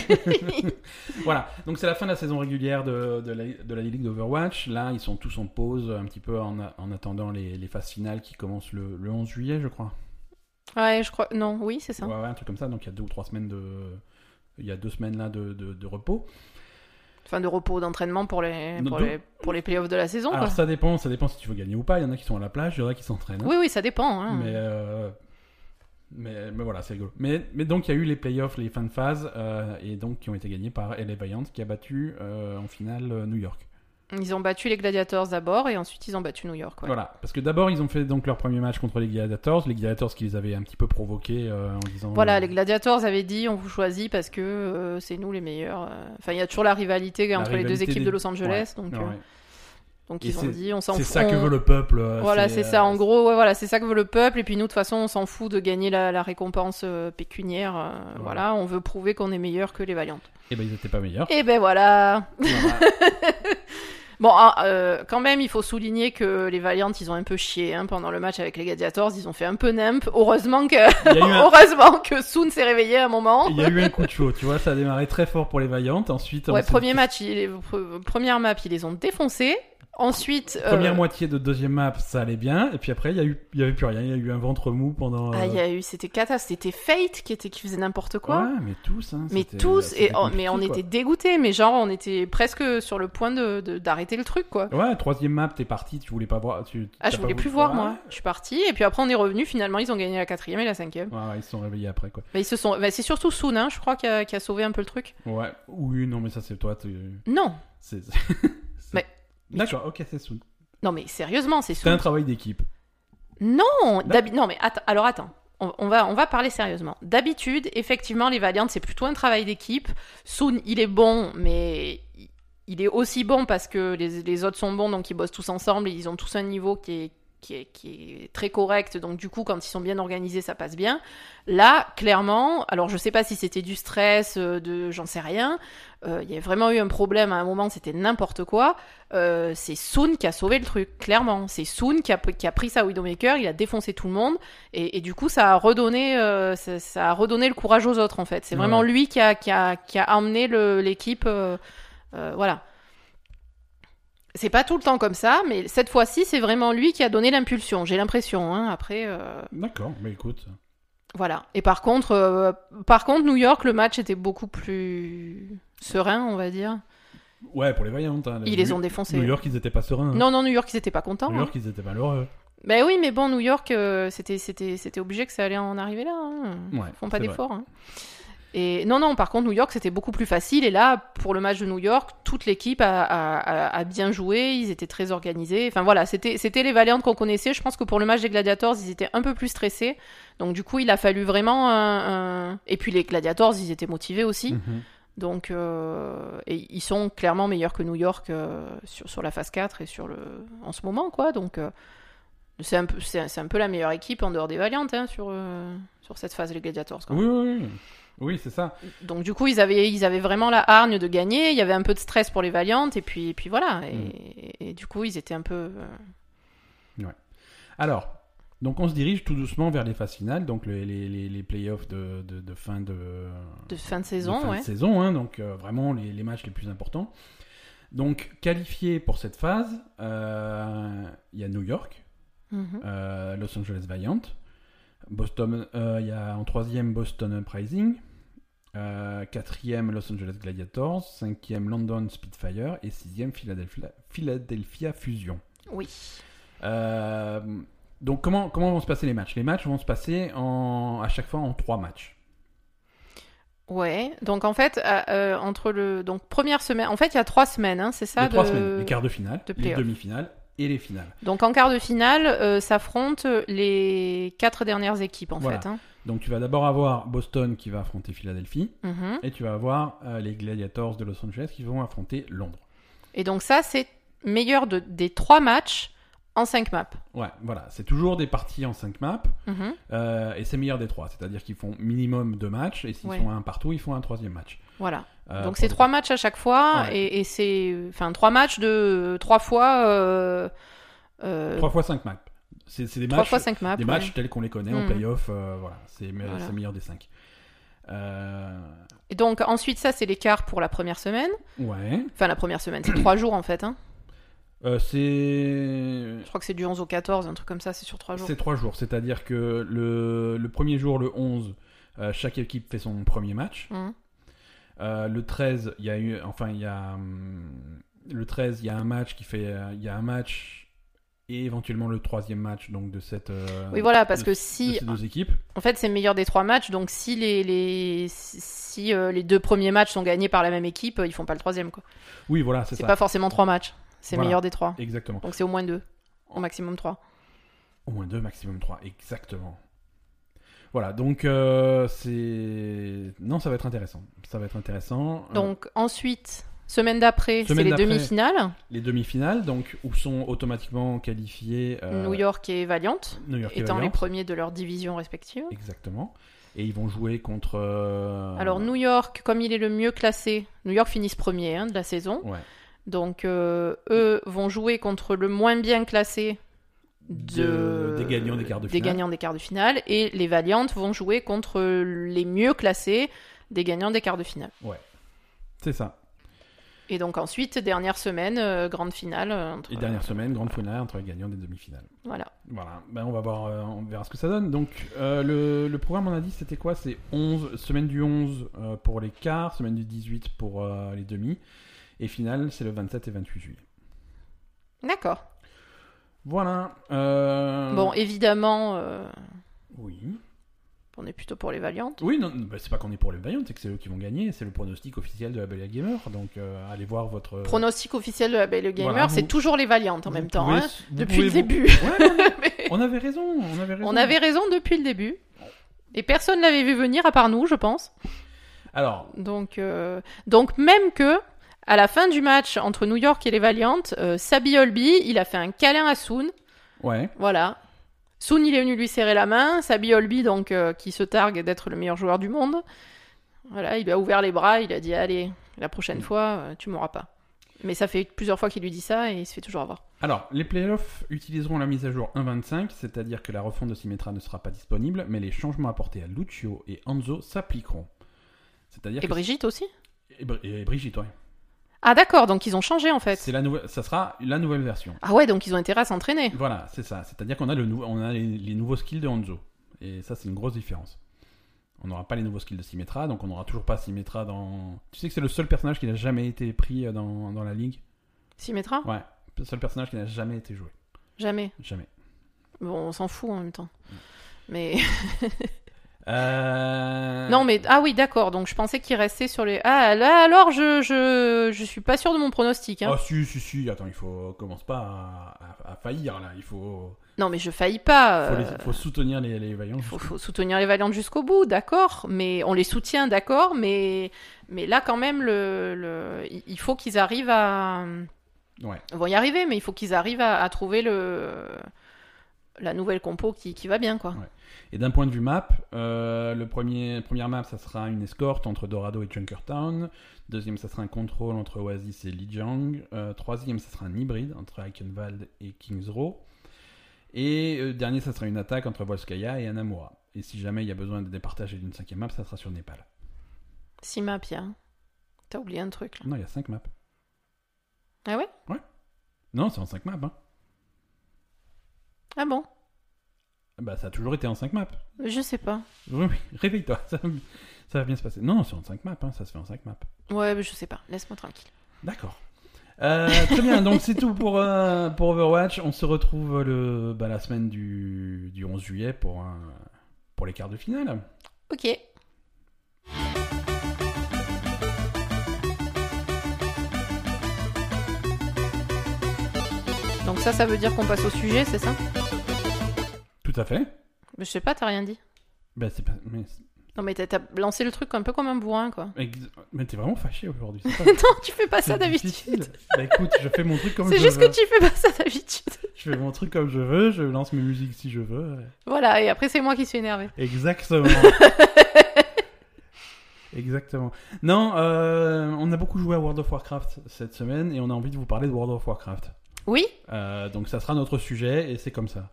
Voilà, donc c'est la fin de la saison régulière de, de la, de la Ligue d'Overwatch. Là, ils sont tous en pause, un petit peu en, a- en attendant les, les phases finales qui commencent le, le 11 juillet, je crois. Ouais, je crois... Non, oui, c'est ça. Ouais, ouais, un truc comme ça. Donc il y a deux ou trois semaines de. Il y a deux semaines là de, de- de repos. Oh, Enfin, de repos, d'entraînement pour les, Donc- pour les, pour les playoffs de la saison. Alors quoi. ça dépend, ça dépend si tu veux gagner ou pas. Il y en a qui sont à la plage, il y en a qui s'entraînent. hein. Oui, oui, ça dépend. hein. Mais, euh, mais, mais voilà, c'est rigolo. Mais, mais donc il y a eu les playoffs, les fins de phase, euh, et donc qui ont été gagnés par LA Valiant qui a battu euh, en finale euh, New York. Ils ont battu les Gladiators d'abord, et ensuite ils ont battu New York. ouais. Voilà, parce que d'abord ils ont fait donc leur premier match contre les Gladiators, les Gladiators qui les avaient un petit peu provoqués euh, en disant Voilà, les Gladiators avaient dit on vous choisit parce que euh, c'est nous les meilleurs. euh. Enfin, il y a toujours la rivalité La entre les deux rivalité équipes des- de Los Angeles. Donc, euh, Ouais, ouais. donc Et ils ont c'est- dit on s'en c'est fout. ça que on- veut le peuple. euh, Voilà, c'est ça. euh, En gros, ouais, voilà, c'est ça que veut le peuple. Et puis nous, de toute façon, on s'en fout de gagner la, la récompense euh, pécuniaire. euh, Voilà. Voilà, on veut prouver qu'on est meilleur que les Valiantes. Et ben ils étaient pas meilleurs. Et ben voilà. Voilà. Bon, ah, euh, quand même, il faut souligner que les Valiantes, ils ont un peu chié hein, pendant le match avec les Gladiators. Ils ont fait un peu nimp. Heureusement que, Il y a eu un- heureusement que Soon s'est réveillé à un moment. Il y a eu un coup de chaud, tu vois, ça a démarré très fort pour les Vaillantes. Ensuite, on Ouais, s'est dit, premier match, ils- les- pre- première map, ils les ont défoncés. Ensuite, euh, première moitié de deuxième map, ça allait bien. Et puis après, il y a eu, il y avait plus rien. Il y a eu un ventre mou pendant. euh, ah, il y a eu, c'était cata, c'était Fate qui était qui faisait n'importe quoi. ouais, mais tous. hein, Mais c'était- tous, c'était et on- mais compliqué, on quoi. était dégoûtés, mais genre on était presque sur le point de de- d'arrêter le truc quoi. Ouais, troisième map, t'es parti, tu voulais pas voir. Tu, Ah, t'as je pas voulais voulu- plus voir Ouais. moi. Je suis partie et puis après on est revenu. Finalement, ils ont gagné la quatrième et la cinquième. Ouais, ouais, ils se sont réveillés après, quoi. Mais ils se sont. mais c'est surtout Soon, hein, je crois, qui a, qui a sauvé un peu le truc. Ouais, oui, non, mais ça, c'est toi. t'es- Non, C'est. c'est- Mais- D'accord, ok, c'est sous. non, mais sérieusement, c'est C'est un Soon. travail d'équipe. Non, d'habi- non, mais attends. Alors attends. On on va, on va parler sérieusement. D'habitude, effectivement, les Valiant, c'est plutôt un travail d'équipe. Soon, il est bon, mais il est aussi bon parce que les, les autres sont bons, donc ils bossent tous ensemble et ils ont tous un niveau qui est, qui est, qui est très correcte. Donc du coup, quand ils sont bien organisés, ça passe bien. Là, clairement, alors je sais pas si c'était du stress, euh, de, j'en sais rien. Euh, Il y a vraiment eu un problème à un moment, c'était n'importe quoi. Euh, c'est Soon qui a sauvé le truc, clairement. C'est Soon qui a, qui a pris sa Widowmaker, il a défoncé tout le monde, et, et du coup, ça a redonné, euh, ça, ça a redonné le courage aux autres en fait. C'est vraiment Ouais. lui qui a, qui a, qui a emmené le- l'équipe, euh, euh, voilà. C'est pas tout le temps comme ça, mais cette fois-ci, c'est vraiment lui qui a donné l'impulsion. J'ai l'impression. Hein. Après, euh, D'accord, mais écoute. voilà. Et par contre, euh, par contre, New York, le match était beaucoup plus serein, on va dire. Ouais, pour les Vaillantes. hein, Ils New- les ont défoncés. New York, ils étaient pas sereins. hein. Non, non, New York, ils étaient pas contents. New hein. York, ils étaient malheureux. Ben oui, mais bon, New York, euh, c'était, c'était, c'était obligé que ça allait en arriver là. hein. Ouais, Ils font pas c'est d'efforts. hein. Et non, non, par contre, New York, c'était beaucoup plus facile. Et là, pour le match de New York, toute l'équipe a, a- a- a bien joué. Ils étaient très organisés. Enfin voilà, c'était, c'était les Valiantes qu'on connaissait. Je pense que pour le match des Gladiators, ils étaient un peu plus stressés. Donc du coup, il a fallu vraiment un. un- Et puis les Gladiators, ils étaient motivés aussi. Mhm. Donc, euh, et ils sont clairement meilleurs que New York euh, sur, sur la phase 4 et sur le, en ce moment, quoi. Donc, euh, c'est un, peu- c'est un- c'est un peu la meilleure équipe en dehors des Valiantes hein, sur, euh, sur cette phase, les Gladiators. quand même. Oui, oui, oui. Oui, c'est ça. Donc, du coup, ils avaient, ils avaient vraiment la hargne de gagner. Il y avait un peu de stress pour les Valiantes, et puis, et puis voilà. Et, Mm. et- et du coup, ils étaient un peu. euh, Alors, donc on se dirige tout doucement vers les phases finales, donc les, les, les, les playoffs de, de, de fin de, de fin de de saison, fin ouais. de saison, hein, donc euh, vraiment les, les matchs les plus importants. Donc qualifiés pour cette phase, euh, il y a New York, Mhm. euh, Los Angeles Valiant, Boston, euh, il y a en troisième Boston Uprising, euh, quatrième Los Angeles Gladiators, cinquième London Spitfire et sixième Philadelphia, Philadelphia Fusion. Oui. Euh, donc comment, comment vont se passer les matchs Les matchs vont se passer en, à chaque fois en trois matchs. Ouais. Donc, en fait, à- euh, entre le. Donc, première semaine. En fait, il y a trois semaines, hein, c'est ça les trois de- semaines, les quarts de finale, de les playoff. demi-finales et les finales. Donc en quart de finale, euh, s'affrontent les quatre dernières équipes en Voilà. fait. hein. Donc tu vas d'abord avoir Boston qui va affronter Philadelphie Mhm. et tu vas avoir euh, les Gladiators de Los Angeles qui vont affronter Londres. Et donc ça, c'est meilleur de, des trois matchs en cinq maps. Ouais, voilà, c'est toujours des parties en 5 maps Mhm. euh, et c'est meilleur des trois, c'est-à-dire qu'ils font minimum deux matchs et s'ils Ouais. sont à un partout, ils font un troisième match. Voilà. Euh, donc pour c'est le- trois matchs à chaque fois Ouais. et, et c'est enfin trois matchs de trois fois euh, euh, trois fois 5 maps. C'est c'est des trois matchs fois cinq maps. des ouais. matchs tels qu'on les connaît en Mm. playoff, euh, voilà, c'est me- Voilà. c'est meilleur des 5. Euh, Et donc ensuite ça c'est les quarts pour la première semaine. ouais, Enfin la première semaine, c'est trois jours en fait. hein. Euh, c'est. Je crois que c'est du 11 au 14, un truc comme ça, c'est sur trois jours. C'est trois jours, c'est-à-dire que le, le premier jour, le 11, euh, chaque équipe fait son premier match. Mhm. Euh, le 13, il y a eu, enfin, il y a hum, le 13, il y a un match qui fait, euh, il y a un match et éventuellement le troisième match donc de cette. euh, Oui voilà parce de- que de si ces deux équipes. En fait, c'est le meilleur des trois matchs. Donc, si les, les, si, euh, les deux premiers matchs sont gagnés par la même équipe, euh, ils font pas le troisième. quoi. Oui, voilà, c'est C'est ça. pas forcément trois matchs. C'est Voilà. meilleur des trois. Exactement. Donc, c'est au moins deux. Au maximum trois. Au moins deux, maximum trois, exactement. Voilà, donc euh, c'est. Non, ça va être intéressant. Ça va être intéressant. Euh, Donc, ensuite, semaine d'après, c'est Semaine les d'après. demi-finales. les demi-finales, donc, où sont automatiquement qualifiés euh, New York et Valiant, New York et étant les Valiant. Euh, premiers de leur division respective. Exactement. Et ils vont jouer contre. euh, Alors, New York, comme il est le mieux classé, New York finissent premier hein, de la saison. Ouais. Donc, euh, eux vont jouer contre le moins bien classé de... De- des gagnants des quarts de finale. gagnants des quarts de finale. Et les Valiantes vont jouer contre les mieux classés des gagnants des quarts de finale. C'est ça. Et donc ensuite, dernière semaine, euh, grande finale. euh, entre- Et dernière semaine, grande finale entre les gagnants des demi-finales. Voilà. Voilà, ben, on va voir, euh, on verra ce que ça donne. Donc, euh, le, le programme, on a dit, c'était quoi C'est 11, semaine du 11 euh, pour les quarts, semaine du 18 pour euh, les demi, et finale, c'est le 27 et 28 juillet. D'accord. Voilà. euh, Bon, évidemment, euh, Oui. on est plutôt pour les Valiantes. Oui, non, bah, c'est pas qu'on est pour les Bayonne, c'est que c'est eux qui vont gagner, c'est le pronostic officiel de la Bella Gamer, donc euh, allez voir votre. Pronostic officiel de la Belle Gamer, Voilà, vous- c'est toujours les Valiantes en Vous même temps, pouvez- hein, vous depuis le pouvez- début. Ouais, non, mais Mais on avait raison, on avait raison. on avait raison depuis le début. Et personne l'avait vu venir à part nous, je pense. Alors, Donc, euh, donc même que à la fin du match entre New York et les Valiantes, euh, Sabi Holby, il a fait un câlin à Soon. Ouais. Voilà. Soon, il est venu lui serrer la main. Sabi Holby, donc, euh, qui se targue d'être le meilleur joueur du monde. Voilà, il lui a ouvert les bras, il a dit Allez, la prochaine fois, euh, tu m'auras pas. Mais ça fait plusieurs fois qu'il lui dit ça et il se fait toujours avoir. Alors, les playoffs utiliseront la mise à jour 1.25, c'est-à-dire que la refonte de Symmetra ne sera pas disponible, mais les changements apportés à Lucio et Anzo s'appliqueront. C'est-à-dire Et que- Brigitte aussi et, Bri- et Brigitte, ouais. Ah, d'accord, donc ils ont changé en fait. C'est la nouvelle, ça sera la nouvelle version. Ah ouais, donc ils ont intérêt à s'entraîner. Voilà, c'est ça. C'est-à-dire qu'on a, le nou- on a les, les nouveaux skills de Hanzo. Et ça, c'est une grosse différence. On n'aura pas les nouveaux skills de Symmetra, donc on n'aura toujours pas Symmetra dans. Tu sais que c'est le seul personnage qui n'a jamais été pris euh, dans, dans la ligue S'y mettra Ouais, le seul personnage qui n'a jamais été joué. Jamais. Jamais. Bon, on s'en fout en même temps. Mais. Euh, Non, mais ah oui, d'accord. Donc je pensais qu'il restait sur les. Ah là, alors je je, je suis pas sûr de mon pronostic. hein. Oh, si, si, si, attends, il faut. Commence pas à, à- à faillir là, il faut. Non, mais je faillis pas. Faut, euh, les- faut soutenir les, les vaillants. faut, faut soutenir les Valiantes jusqu'au bout, d'accord. Mais on les soutient, d'accord. Mais mais là quand même le, le- il- il faut qu'ils arrivent à Ouais. ils vont y arriver, mais il faut qu'ils arrivent à, à trouver le la nouvelle compo qui, qui va bien quoi. Et d'un point de vue map, euh, le premier première map, ça sera une escorte entre Dorado et Junkertown. Deuxième, ça sera un contrôle entre Oasis et Lijiang. Euh, troisième, ça sera un hybride entre Eichenwald et Kings Row. Et euh, dernier, ça sera une attaque entre Volskaya et Anamura. Et si jamais il y a besoin de départager d'une cinquième map, ça sera sur Népal. Six maps, il y a un. T'as oublié un truc là. Non, il y a cinq maps. Ah ouais Non, c'est en cinq maps. Hein. Ah bon Bah, ça a toujours été en cinq maps. Je sais pas. Oui, oui, réveille-toi, ça, va- ça va bien se passer. Non, c'est en cinq maps, hein, ça se fait en cinq maps. Ouais, mais je sais pas. Laisse-moi tranquille. D'accord. Euh, très bien, donc c'est tout pour, euh, pour Overwatch. On se retrouve le, bah, la semaine du, du 11 juillet pour, un, pour les quarts de finale. Ok. Donc ça, ça veut dire qu'on passe au sujet, c'est ça Tout à fait. Mais Je sais pas, t'as rien dit. Bah, c'est pas, mais Non mais t'as t'as lancé le truc un peu comme un bourrin, quoi. c'est- ex- mais t'es vraiment fâché aujourd'hui. c'est pas- non, tu fais pas c'est ça d'habitude. difficile. Bah écoute, je fais mon truc comme je C'est veux. juste que tu fais pas ça d'habitude. Je fais mon truc comme je veux, je lance mes musiques si je veux. Voilà, et après c'est moi qui suis énervée. Exactement. Exactement. Non, euh, on a beaucoup joué à World of Warcraft cette semaine et on a envie de vous parler de World of Warcraft. Oui, Euh, donc ça sera notre sujet et c'est comme ça.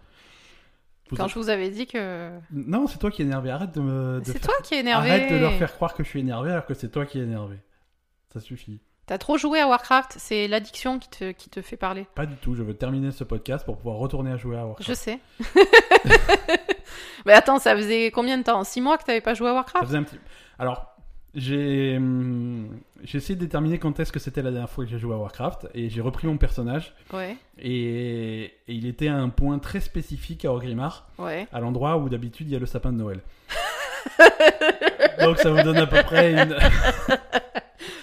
Vous- quand je vous avais dit que... Non, c'est toi qui es énervé. Arrête de me. de C'est faire- toi qui es énervée. Arrête de leur faire croire que je suis énervé alors que c'est toi qui es énervé. Ça suffit. T'as trop joué à Warcraft, c'est l'addiction qui te, qui te fait parler. Pas du tout. Je veux terminer ce podcast pour pouvoir retourner à jouer à Warcraft. Je sais. Mais attends, ça faisait combien de temps Six mois que t'avais pas joué à Ça Warcraft faisait un petit. Alors. J'ai hum, j'ai essayé de déterminer quand est-ce que c'était la dernière fois que j'ai joué à Warcraft et j'ai repris mon personnage Ouais, et, et il était à un point très spécifique à Orgrimmar, ouais. à l'endroit où d'habitude il y a le sapin de Noël. Donc ça vous donne à peu près une,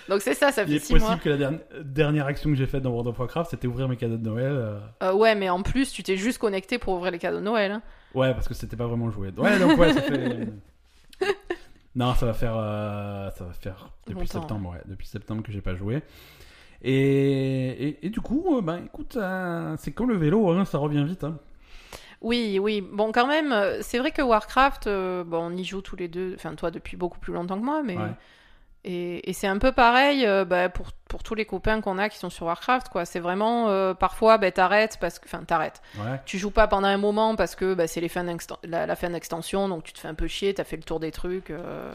Donc c'est ça, ça Il fait est six possible mois. que la derni- dernière action que j'ai faite dans World of Warcraft, c'était ouvrir mes cadeaux de Noël. euh. Euh, ouais, mais en plus, tu t'es juste connecté pour ouvrir les cadeaux de Noël. hein. Ouais, parce que c'était pas vraiment joué. Ouais, donc ouais, ça fait. non, ça va faire, euh, ça va faire depuis Longtemps, septembre, ouais, depuis septembre que j'ai pas joué. Et, et, et du coup, euh, ben écoute, euh, c'est comme le vélo, hein, ça revient vite. hein. Oui, oui. Bon, quand même, euh, c'est vrai que Warcraft, euh, bon, on y joue tous les deux, enfin toi depuis beaucoup plus longtemps que moi, mais... Ouais. Et, et c'est un peu pareil euh, bah, pour, pour tous les copains qu'on a qui sont sur Warcraft, quoi. C'est vraiment, euh, parfois, bah, t'arrêtes parce que... Enfin, t'arrêtes. Ouais. Tu joues pas pendant un moment parce que bah, c'est les fins d'instan- la, la fin d'extension, donc tu te fais un peu chier, t'as fait le tour des trucs. euh,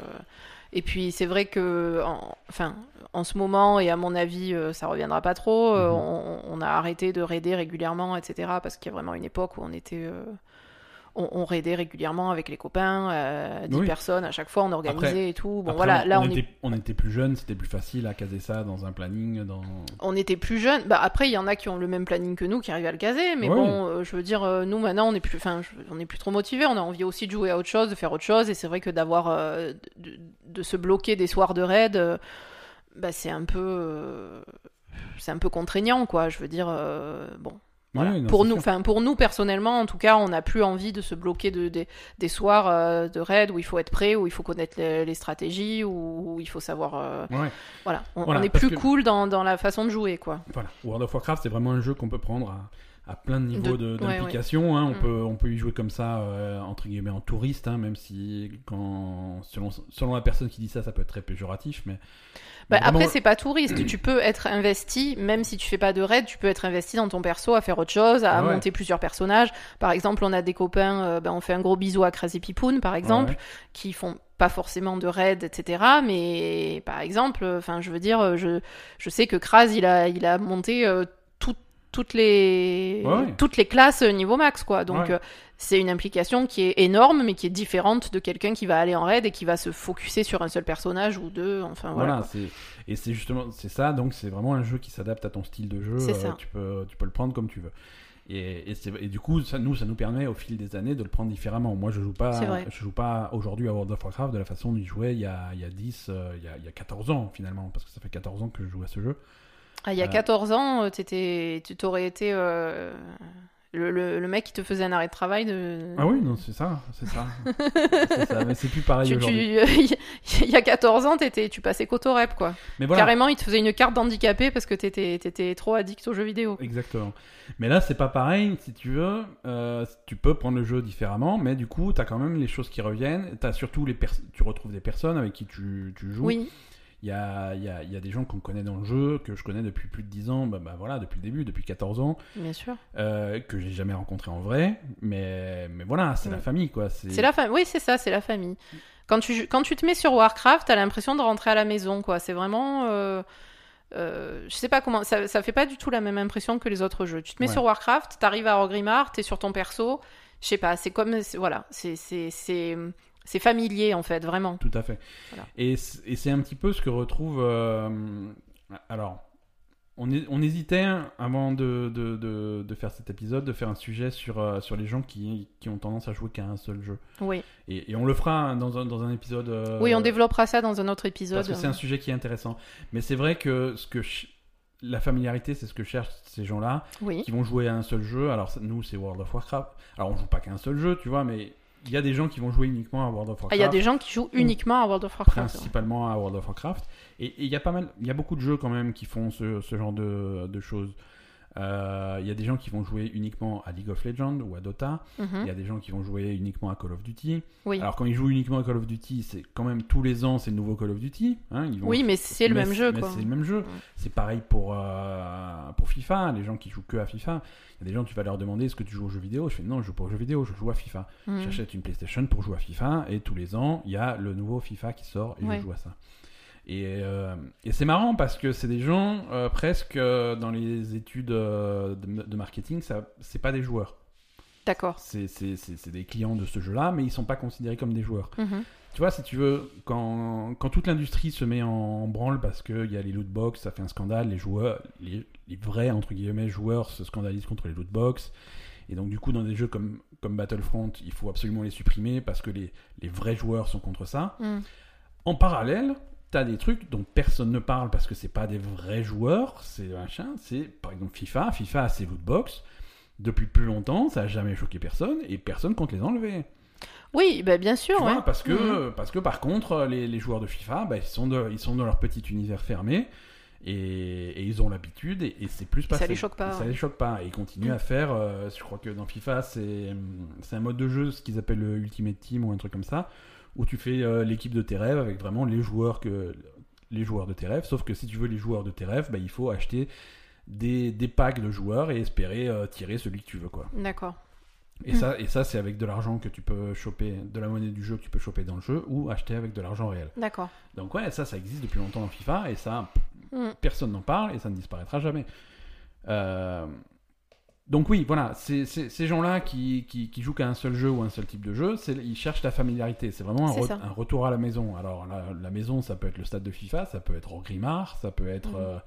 Et puis c'est vrai que, en... enfin, en ce moment, et à mon avis, euh, ça reviendra pas trop, euh, Mhm. on, on a arrêté de raider régulièrement, etc. Parce qu'il y a vraiment une époque où on était. euh, On, on raidait régulièrement avec les copains, euh, 10 Oui. personnes à chaque fois, on organisait et tout. Bon Après, voilà, on, là on on, est- était, on était plus jeunes, c'était plus facile à caser ça dans un planning. Dans... on était plus jeunes. Bah, après, il y en a qui ont le même planning que nous, qui arrivent à le caser. Mais Ouais. bon, euh, je veux dire, euh, nous maintenant, on est plus, enfin, je- on est plus trop motivés. On a envie aussi de jouer à autre chose, de faire autre chose. Et c'est vrai que d'avoir, euh, de, de se bloquer des soirs de raid, euh, bah, c'est un peu, euh, c'est un peu contraignant, quoi. Je veux dire, euh, bon. Voilà. Ouais, non, pour c'est nous, sûr. enfin pour nous personnellement, en tout cas, on n'a plus envie de se bloquer de, des- des soirs euh, de raid où il faut être prêt, où il faut connaître les, les stratégies, où, où il faut savoir. euh, Ouais. Voilà, on, Voilà, on est parce plus que- cool dans, dans la façon de jouer, quoi. Voilà. World of Warcraft, c'est vraiment un jeu qu'on peut prendre à, à plein de niveaux De- de- ouais, d'implication. hein. on, Mm. peut, on peut y jouer comme ça, euh, entre guillemets, en touriste, hein, même si, quand, selon, selon la personne qui dit ça, ça peut être très péjoratif. Mais, Bah, mais vraiment, après, c'est pas touriste. tu peux être investi, même si tu fais pas de raid, tu peux être investi dans ton perso, à faire autre chose, à Ah ouais. monter plusieurs personnages. Par exemple, on a des copains, euh, ben, on fait un gros bisou à Crazy Pipoun, par exemple, Ouais. qui font pas forcément de raid, etc. Mais par exemple, enfin, je veux dire, euh, je, je sais que Kraz, il a, il a monté euh, tout- toutes les Ouais, ouais. toutes les classes euh, niveau max quoi donc Ouais. euh, c'est une implication qui est énorme mais qui est différente de quelqu'un qui va aller en raid et qui va se focuser sur un seul personnage ou deux enfin voilà, Voilà, quoi. c'est et c'est justement c'est ça. Donc c'est vraiment un jeu qui s'adapte à ton style de jeu. euh, C'est ça. tu peux tu peux le prendre comme tu veux. Et, et, c'est- et du coup, ça nous ça nous permet au fil des années de le prendre différemment. Moi, je joue C'est vrai. pas je joue pas aujourd'hui à World of Warcraft de la façon dont j'y jouais il y a il y a 10 euh, il y a, il y a 14 ans finalement parce que ça fait 14 ans que je joue à ce jeu. Ah, il y a Euh, 14 ans, euh, t'étais- tu t'aurais été euh, le, le- le mec qui te faisait un arrêt de travail. De... Ah oui, non, c'est ça, c'est ça. c'est ça, mais c'est plus pareil Tu- tu- aujourd'hui. il y a 14 ans, t'étais- tu passais qu'au rep, quoi. Mais voilà. Carrément, il te faisait une carte d'handicapé parce que t'étais étais trop addict aux jeux vidéo. Exactement. Mais là, c'est pas pareil. Si tu veux, euh, tu peux prendre le jeu différemment, mais du coup, t'as quand même les choses qui reviennent. T'as surtout les pers- tu retrouves des personnes avec qui tu, tu joues. Oui, Il y a, il y a- il y a des gens qu'on connaît dans le jeu, que je connais depuis plus de 10 ans, bah, bah voilà, depuis le début, depuis 14 ans, bien sûr. euh, que j'ai jamais rencontré en vrai. Mais, mais voilà, c'est la Mm. famille, quoi. C'est C'est la famille. Oui, c'est ça, c'est la famille. Quand tu, quand tu te mets sur Warcraft, t'as l'impression de rentrer à la maison, quoi. C'est vraiment. euh, euh, je sais pas comment. Ça, ça fait pas du tout la même impression que les autres jeux. Tu te mets Ouais. sur Warcraft, t'arrives à Rogrimmar, t'es sur ton perso. Je sais pas, c'est comme. c'est- Voilà, c'est- c'est c'est- c'est familier, en fait, vraiment. Tout à fait. Voilà. Et c- et c'est un petit peu ce que retrouve. euh, alors, on, hé- on hésitait hein, avant de, de- de- de faire cet épisode de faire un sujet sur, euh, sur les gens qui, qui ont tendance à jouer qu'à un seul jeu. Oui. Et, et on le fera hein, dans un, dans un épisode. euh, oui, on développera ça dans un autre épisode. Parce que c'est un sujet qui est intéressant. Mais c'est vrai que ce que ch- la familiarité, c'est ce que cherchent ces gens-là Oui. qui vont jouer à un seul jeu. Alors, ça- nous, c'est World of Warcraft. Alors, on joue pas qu'à un seul jeu, tu vois, mais il y a des gens qui vont jouer uniquement à World of Ah, Warcraft Mm. Il y a des gens qui jouent uniquement à World of Warcraft. ouais. principalement à World of Warcraft. Et et il y a pas mal, il y a beaucoup de jeux quand même qui font ce, ce genre de, de choses. Euh, Il y a des gens qui vont jouer uniquement à League of Legends ou à Dota. Il Mhm. y a des gens qui vont jouer uniquement à Call of Duty. Oui. Alors quand ils jouent uniquement à Call of Duty, c'est quand même tous les ans c'est le nouveau Call of Duty. hein, ils vont- Oui, mais c'est le mais même c- jeu, mais quoi. C'est le même jeu. Mm. C'est pareil pour, euh, pour FIFA. Les gens qui jouent que à FIFA, il y a des gens tu vas leur demander est-ce que tu joues aux jeux vidéo. Je fais non, je joue pas aux jeux vidéo, je joue à FIFA. Mhm. J'achète une PlayStation pour jouer à FIFA et tous les ans, il y a le nouveau FIFA qui sort et Ouais. je joue à ça. Et, euh, et c'est marrant parce que c'est des gens euh, presque euh, dans les études euh, de, de marketing, ça c'est pas des joueurs, D'accord. c'est c'est- c'est- c'est des clients de ce jeu-là, mais ils sont pas considérés comme des joueurs. Mhm. Tu vois, si tu veux, quand, quand toute l'industrie se met en, branle parce qu'il y a les loot box, ça fait un scandale, les joueurs, les, les vrais entre guillemets joueurs se scandalisent contre les loot box. Et donc du coup, dans des jeux comme, comme Battlefront, il faut absolument les supprimer parce que les, les vrais joueurs sont contre ça. Mhm. En parallèle, t'as des trucs dont personne ne parle parce que c'est pas des vrais joueurs, c'est machin, c'est par exemple FIFA, FIFA a ses loot box. Depuis plus longtemps, ça a jamais choqué personne et personne compte les enlever. Oui, bah, bien sûr. Tu ouais. vois, parce que, Mhm. parce que par contre, les, les joueurs de FIFA, bah, ils, sont de- ils sont dans leur petit univers fermé et, et ils ont l'habitude et, et c'est plus Ça passé. les choque pas, Ça ouais. les choque pas. Et ils continuent Mhm. à faire, euh, je crois que dans FIFA, c'est hum, c'est un mode de jeu, ce qu'ils appellent le Ultimate Team ou un truc comme ça, où tu fais euh, l'équipe de tes rêves avec vraiment les joueurs, que, les joueurs de tes rêves. Sauf que si tu veux les joueurs de tes rêves, bah, il faut acheter des, des packs de joueurs et espérer euh, tirer celui que tu veux. quoi. D'accord. Et Mm. ça, et ça c'est avec de l'argent que tu peux choper, de la monnaie du jeu que tu peux choper dans le jeu ou acheter avec de l'argent réel. D'accord. Donc ouais, ça, ça existe depuis longtemps dans FIFA et ça, Mm. personne n'en parle et ça ne disparaîtra jamais. Euh, Donc oui, voilà, c'est- c'est- ces gens-là qui, qui, qui jouent qu'à un seul jeu ou un seul type de jeu, c'est- ils cherchent la familiarité. C'est vraiment un, C'est re- ça. un retour à la maison. Alors la, la maison, ça peut être le stade de FIFA, ça peut être Grimard, ça peut être... Mhm. euh,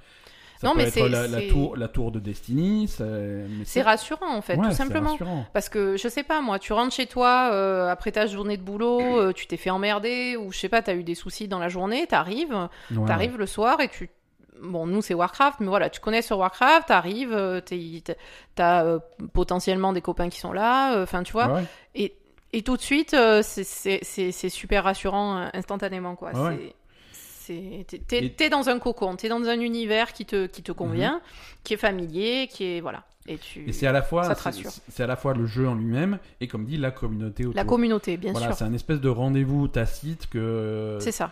ça Non, peut mais être c'est- la, la c'est- tour, la tour de Destiny. C'est mais C'est rassurant en fait, Ouais, tout c'est simplement. rassurant. Parce que je sais pas, moi, tu rentres chez toi euh, après ta journée de boulot, euh, tu t'es fait emmerder ou je sais pas, t'as eu des soucis dans la journée, t'arrives, Ouais, t'arrives le soir et tu. Bon, nous c'est Warcraft, mais voilà, tu connais sur Warcraft, t'arrives, euh, t'es- t'es- t'as euh, potentiellement des copains qui sont là, euh, enfin tu vois, ouais, ouais. et, et tout de suite, euh, c'est- c'est c'est- c'est super rassurant euh, instantanément quoi. Ouais, C'est- C'est- T'es t'es- t'es dans un cocon, t'es dans un univers qui te, qui te convient, qui est familier, qui est. Voilà. Et tu. Mm-hmm. Et c'est à la Ça fois, te c'est- rassure. c'est à la fois le jeu en lui-même et comme dit la communauté autour. La communauté, bien voilà, sûr. c'est un espèce de rendez-vous tacite que C'est ça.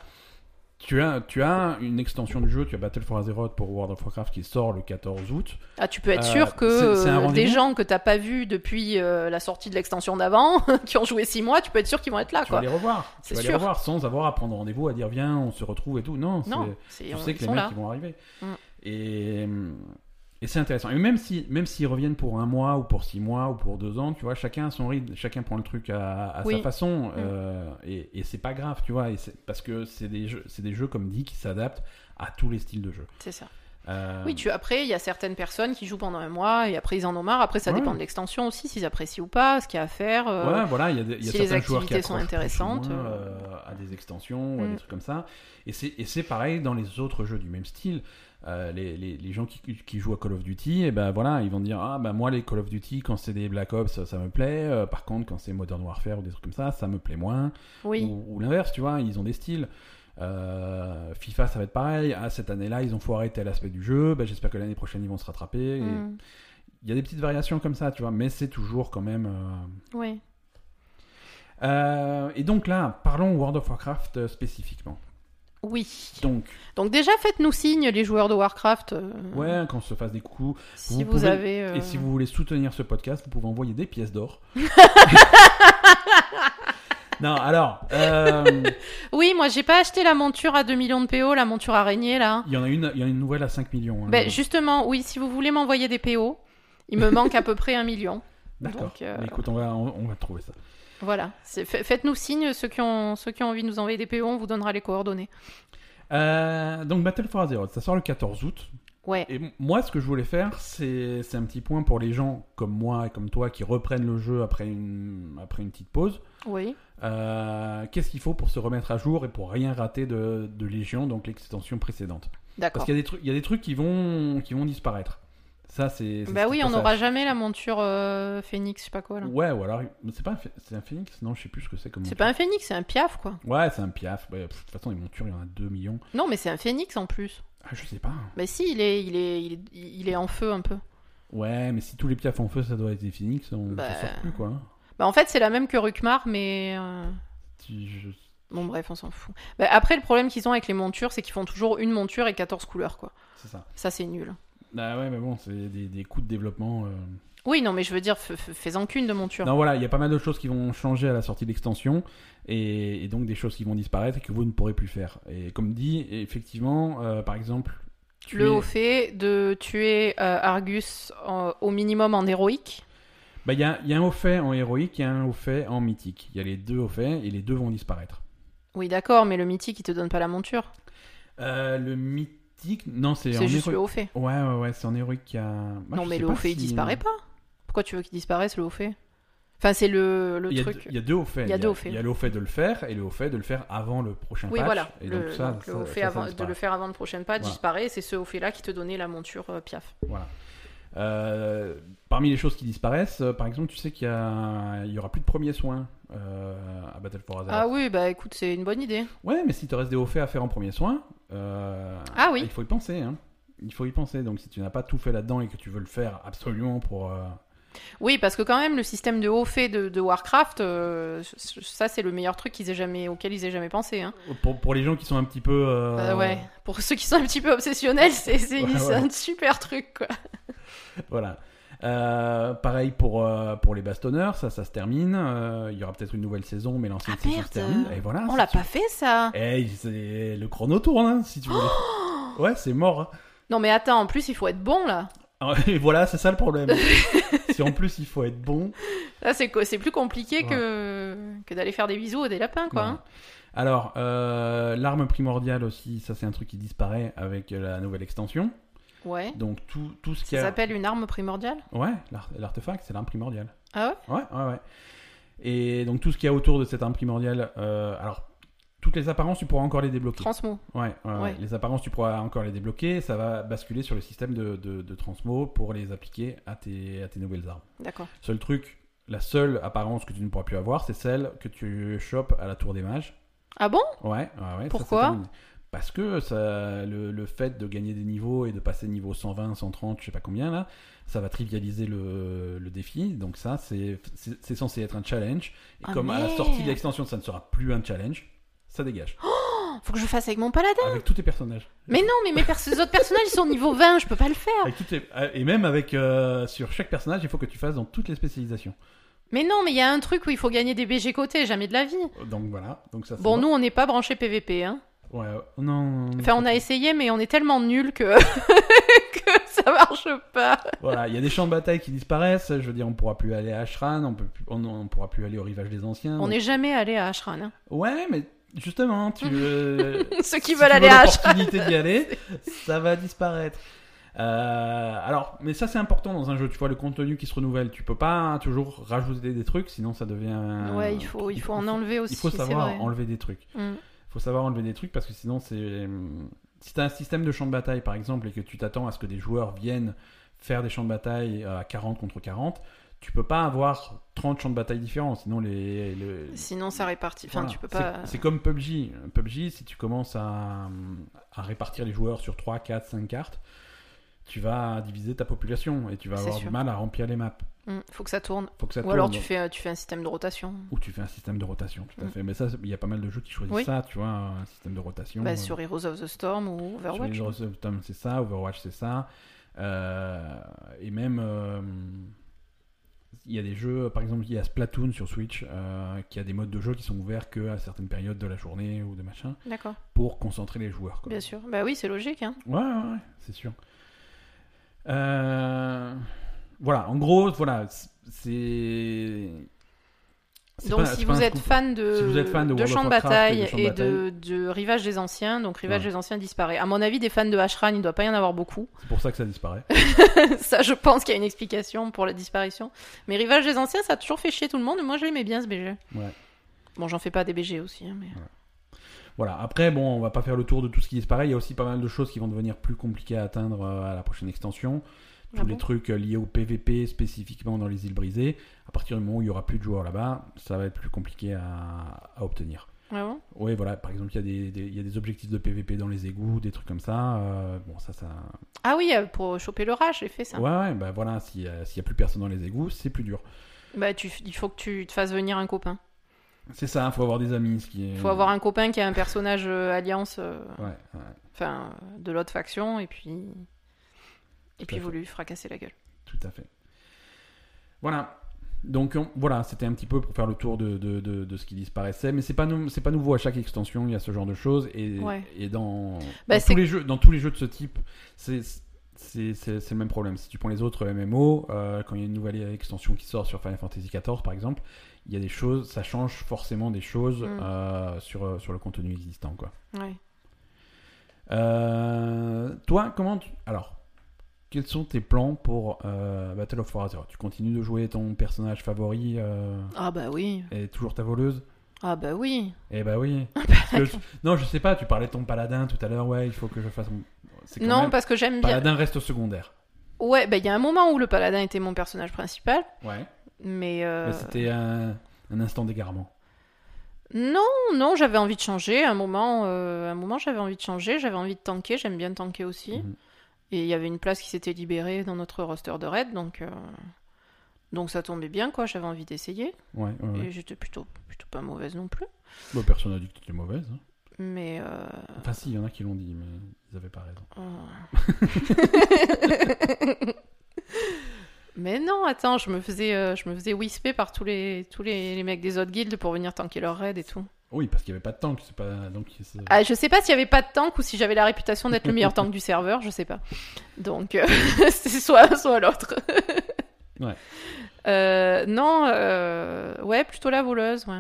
tu as, tu as une extension du jeu, tu as Battle for Azeroth pour World of Warcraft qui sort le 14 août. Ah, tu peux être Euh, sûr que c'est- c'est un euh, rendez-vous. des gens que t'as pas vus depuis euh, la sortie de l'extension d'avant, qui ont joué six mois, tu peux être sûr qu'ils vont être là, tu quoi. vas les revoir. Tu C'est vas les sûr. revoir sans avoir à prendre rendez-vous, à dire viens, on se retrouve et tout. Non, Non, c'est- c'est- tu on- sais ils que les sont mecs là. ils vont arriver. Mm. Et, et c'est intéressant. Et même si même s'ils reviennent pour un mois ou pour six mois ou pour deux ans, tu vois, chacun a son rythme, chacun prend le truc à, à sa Oui. Mm. façon. euh, et et c'est pas grave, tu vois, et c'est- parce que c'est des jeux, c'est des jeux comme dit qui s'adaptent à tous les styles de jeu. C'est ça. Euh, Oui, tu après, il y a certaines personnes qui jouent pendant un mois et après ils en ont marre. Après, ça Ouais. dépend de l'extension aussi, s'ils apprécient ou pas, ce qu'il y a à faire. euh, Ouais, voilà, il y a, des- il y a si les certains joueurs qui activités sont accrochent plus ou intéressantes, moins, euh, euh, à des extensions, ou à des Mm. trucs comme ça. Et c'est et c'est pareil dans les autres jeux du même style. Euh, les, les, les gens qui, qui jouent à Call of Duty, et ben voilà, ils vont dire ah ben moi les Call of Duty quand c'est des Black Ops ça me plaît, Euh, par contre quand c'est Modern Warfare ou des trucs comme ça ça me plaît moins. Oui. Ou, ou l'inverse, tu vois, ils ont des styles. Euh, FIFA ça va être pareil. Ah cette année-là ils ont foiré tel aspect du jeu, ben, j'espère que l'année prochaine ils vont se rattraper. Et Mm. Il y a des petites variations comme ça, tu vois, mais c'est toujours quand même. euh, Oui. euh, et donc là, parlons World of Warcraft euh, spécifiquement. Oui. Donc, Donc déjà, faites-nous signe, les joueurs de Warcraft, euh, ouais, qu'on se fasse des coups. si vous vous, pouvez- avez... euh, Et si vous voulez soutenir ce podcast, vous pouvez envoyer des pièces d'or. non, alors, euh, Oui, moi, j'ai pas acheté la monture à 2 millions de PO, la monture araignée, là. il y en a une, il y en a une nouvelle à 5 millions. hein. Ben, justement, oui, si vous voulez m'envoyer des PO, il me manque à peu près un million. D'accord. donc, euh, Mais Écoute, on va, on, on va trouver ça. Voilà. C'est- fa- Faites-nous signe, ceux qui, ont... ceux qui ont envie de nous envoyer des PO, on vous donnera les coordonnées. Euh, donc, Battle for Azeroth, ça sort le 14 août. Ouais. Et m- moi, ce que je voulais faire, c'est c'est un petit point pour les gens comme moi et comme toi qui reprennent le jeu après une, après une petite pause. Oui. Euh, qu'est-ce qu'il faut pour se remettre à jour et pour rien rater de, de Légion, donc l'extension précédente. Parce D'accord. qu'il y a des trucs, il y a des trucs qui vont, qui vont disparaître. Ça, c'est. c'est Bah ce oui, qu'il on faut n'aura savoir. jamais la monture euh, phénix, je sais pas quoi, là. Ouais, ou alors, c'est pas, un phé- c'est un phénix Non, je sais plus ce que c'est comme. C'est monture. pas un phénix, c'est un piaf, quoi. Ouais, c'est un piaf. Ouais, pff, de toute façon, les montures, il y en a 2 millions. Non, mais c'est un phénix en plus. Ah, je sais pas. Mais si, il est, il est, il est, il est en feu un peu. Ouais, mais si tous les piafs en feu, ça doit être des phénix, on Bah. s'en sort plus quoi. hein. Bah en fait, c'est la même que Rukmar, mais... euh, Tu- je- Bon bref, on s'en fout. Bah, après, le problème qu'ils ont avec les montures, c'est qu'ils font toujours une monture et 14 couleurs, quoi. C'est ça. Ça, c'est nul. Ah ouais, mais bon, c'est des, des coûts de développement. euh. Oui, non, mais je veux dire, f- f- fais-en qu'une de monture. Non, voilà, il y a pas mal de choses qui vont changer à la sortie de l'extension et, et donc des choses qui vont disparaître et que vous ne pourrez plus faire. Et comme dit, effectivement, euh, par exemple, tuer- Le haut fait de tuer euh, Argus en- au minimum en héroïque. bah, il y a, il y a un haut fait en héroïque et un haut fait en mythique. Il y a les deux hauts faits et les deux vont disparaître. Oui, d'accord, mais le mythique, il te donne pas la monture. Euh, le mythique, non, c'est en C'est juste le héroïque. haut fait. Ouais, ouais, ouais, c'est en héroïque qu'il y a. Bah, non, je mais sais le pas haut fait, si- il disparaît pas. Pourquoi tu veux qu'il disparaisse, le haut fait Enfin, c'est le, le Il y, a truc. deux- il y a deux hauts faits. Il y a deux hauts faits. Il y a le haut fait de le faire et le haut fait de le faire avant le prochain Oui, patch. voilà. Et le, donc ça, donc le ça- haut fait ça, ça avant- de disparaît. le faire avant le prochain patch Voilà. disparaît. C'est ce haut fait-là qui te donnait la monture euh, piaf. Voilà. Euh, parmi les choses qui disparaissent, euh, par exemple, tu sais qu'il y, a- il y aura plus de premiers soins euh, à Battle for Azeroth. Ah oui, bah écoute, c'est une bonne idée. Ouais, mais si te reste des hauts faits à faire en premiers soins, euh, Ah oui. il faut y penser. hein. Il faut y penser. Donc si tu n'as pas tout fait là-dedans et que tu veux le faire absolument pour... euh, Oui, parce que quand même, le système de haut fait de, de Warcraft, euh, c- ça, c'est le meilleur truc qu'ils aient jamais, auquel ils aient jamais pensé. Hein. pour, pour les gens qui sont un petit peu... euh, Euh, ouais. Pour ceux qui sont un petit peu obsessionnels, c'est c'est- Ouais, c'est un super truc, quoi. Voilà. Euh, pareil pour, euh, pour les bastonneurs, ça, ça se termine. Euh, il y aura peut-être une nouvelle saison, mais l'ancienne Ah, saison se merde. termine. Et voilà. On c'est l'a tout. pas fait, ça Eh, c'est le chrono tourne, hein, si tu veux. Oh ouais, c'est mort. hein. Non, mais attends, en plus, il faut être bon, là. Ah, Et voilà, c'est ça le problème. si en plus il faut être bon. Là, c'est co- c'est plus compliqué que, que d'aller faire des bisous à des lapins, quoi. ouais. hein. Alors, euh, l'arme primordiale aussi, ça c'est un truc qui disparaît avec euh, la nouvelle extension. Ouais. Donc tout, tout ce qui Ça a... s'appelle une arme primordiale Ouais, l'ar- l'artefact, c'est l'arme primordiale. Ah Ouais, ouais, ouais. Et donc tout ce qu'il y a autour de cette arme primordiale, euh, alors toutes les apparences, tu pourras encore les débloquer. Transmo. Ouais, ouais, ouais. Ouais. les apparences, tu pourras encore les débloquer. Ça va basculer sur le système de, de, de transmo pour les appliquer à tes, à tes nouvelles armes. D'accord. Seul truc, la seule apparence que tu ne pourras plus avoir, c'est celle que tu chopes à la tour des mages. Ah bon Ouais, ouais, ouais. ça, c'est Pourquoi terminé. Parce que ça, le, le fait de gagner des niveaux et de passer niveau 120, 130, je sais pas combien là, ça va trivialiser le, le défi. Donc ça, c'est c'est- c'est censé être un challenge. Et Ah, comme à la merde. sortie de l'extension, ça ne sera plus un challenge, ça dégage. Faut que je fasse avec mon paladin. avec tous tes personnages. Mais non, mais mes perso- les autres personnages ils sont niveau 20, je peux pas le faire. Avec toutes tes- Et même avec euh, sur chaque personnage, il faut que tu fasses dans toutes les spécialisations. Mais non, mais il y a un truc où il faut gagner des BG côté, jamais de la vie. Donc voilà. Donc ça. c'est Bon, nous on n'est pas branchés PVP, hein. Ouais, euh, non. Enfin, on a essayé, mais on est tellement nuls que... que ça marche pas. Voilà, il y a des champs de bataille qui disparaissent. Je veux dire, on pourra plus aller à Ashran, on peut plus- on, on pourra plus aller au rivage des anciens. On Donc- n'est jamais allé à Ashran. hein. Ouais, mais justement, tu. euh, Ceux qui si veulent tu aller veux à Ashran. l'opportunité d'y aller, ça va disparaître. Euh, alors, mais ça c'est important dans un jeu. Tu vois le contenu qui se renouvelle. Tu peux pas toujours rajouter des trucs, sinon ça devient. Ouais, il faut, il faut en enlever aussi. Ah. Il faut c'est savoir vrai. enlever des trucs. Mm. faut savoir enlever des trucs parce que sinon c'est hum, si t'as un système de champ de bataille par exemple et que tu t'attends à ce que des joueurs viennent faire des champs de bataille euh, à 40 contre 40 tu peux pas avoir 30 champs de bataille différents sinon les, le- Sinon, ça répartit. Enfin, voilà. tu peux C'est- pas. c'est comme PUBG PUBG si tu commences à, hum, à répartir les joueurs sur 3, 4, 5 cartes tu vas diviser ta population et tu vas C'est avoir du sûr. mal à remplir les maps Mm, Faut que ça tourne. faut que ça Ou alors, tourne. tu fais, tu fais un système de rotation. ou tu fais un système de rotation tout à Mm. fait mais ça il y a pas mal de jeux qui choisissent Oui. ça tu vois un système de rotation Bah, euh, sur Heroes of the Storm ou Sur Overwatch. les Heroes of Storm, c'est ça, Overwatch, c'est ça. Euh, et même, euh, il y a des jeux, par exemple, il y a Splatoon sur Switch, euh, qui a des modes de jeu qui sont ouverts que à certaines périodes de la journée ou de machin, D'accord, pour concentrer les joueurs. quoi. bien sûr. Bah oui, c'est logique. Hein. Ouais, ouais, ouais, c'est sûr. Euh, voilà, en gros, voilà, c'est. c'est Donc, pas- si c'est pas vous, un êtes scoop. fan de, Si vous êtes fan de World of champs de Warcraft bataille et de et, champs de de, de Rivage des Anciens, donc Rivage Ouais. des Anciens disparaît. À mon avis, des fans de Ashran, il doit pas y en avoir beaucoup. C'est pour ça que ça disparaît. ça, je pense qu'il y a une explication pour la disparition. Mais Rivage des Anciens, ça a toujours fait chier tout le monde. Moi, je l'aimais bien ce BG. Ouais. Bon, j'en fais pas des BG aussi. hein, mais... Voilà, après, bon, on va pas faire le tour de tout ce qui disparaît. Il y a aussi pas mal de choses qui vont devenir plus compliquées à atteindre euh, à la prochaine extension. Tous Ah les bon trucs euh, liés au PVP, spécifiquement dans les îles brisées. À partir du moment où il y aura plus de joueurs là-bas, ça va être plus compliqué à, à obtenir. Ouais, Ah bon Oui, voilà, par exemple, il y, a des, des- il y a des objectifs de PVP dans les égouts, des trucs comme ça. euh, bon, ça, ça. Ah oui, euh, pour choper le rage, j'ai fait ça. Ouais, ouais, bah voilà, s'il y, a- s'il y a plus personne dans les égouts, c'est plus dur. Bah, tu, il faut que tu te fasses venir un copain. C'est ça, faut avoir des amis, ce qui est. Il faut avoir un copain qui a un personnage euh, alliance, euh, Ouais, ouais, enfin, euh, de l'autre faction, et puis. Et puis à vous lui fracassez la gueule. Tout à fait. Voilà. Donc on- voilà, c'était un petit peu pour faire le tour de, de, de- de ce qui disparaissait, mais c'est pas nou- c'est pas nouveau à chaque extension, il y a ce genre de choses et, Ouais. et dans, Bah, dans c'est- tous les jeux dans tous les jeux de ce type, c'est c'est c'est- c'est le même problème. Si tu prends les autres MMO, euh, quand il y a une nouvelle extension qui sort sur Final Fantasy XIV par exemple, il y a des choses, ça change forcément des choses Mm. euh, sur sur le contenu existant quoi. Ouais. Euh, toi, comment tu... Alors, quels sont tes plans pour euh, Battle of War Azeroth Tu continues de jouer ton personnage favori euh, Ah bah oui. et toujours ta voleuse Ah bah oui. Eh bah oui. Parce que je- Non, je sais pas, tu parlais de ton paladin tout à l'heure, ouais, il faut que je fasse... mon- C'est quand Non, même- parce que j'aime bien. Paladin reste au secondaire. Ouais, bah il y a un moment où le paladin était mon personnage principal, Ouais. mais. euh, Bah, C'était un... un instant d'égarement. Non, non, j'avais envie de changer. À un moment, euh, à un moment j'avais envie de changer, j'avais envie de tanker, j'aime bien tanker aussi. Mhm. Et il y avait une place qui s'était libérée dans notre roster de raid, donc, euh, donc ça tombait bien, quoi. J'avais envie d'essayer. Ouais, ouais, ouais. Et j'étais plutôt, plutôt pas mauvaise non plus. Bah, personne n'a dit que t'étais mauvaise. hein. Mais. euh, Enfin si, il y en a qui l'ont dit, mais ils avaient pas raison. euh. Mais non, attends, je me faisais, euh, je me faisais whisper par tous les, tous les, les mecs des autres guildes pour venir tanker leur raid et tout. Oui, parce qu'il y avait pas de tank, c'est pas... Donc, c'est- Ah, je sais pas s'il y avait pas de tank ou si j'avais la réputation d'être le meilleur tank du serveur, je sais pas. Donc, euh, c'est soit, soit l'autre. Ouais. Euh, non, euh, ouais, plutôt la voleuse, ouais.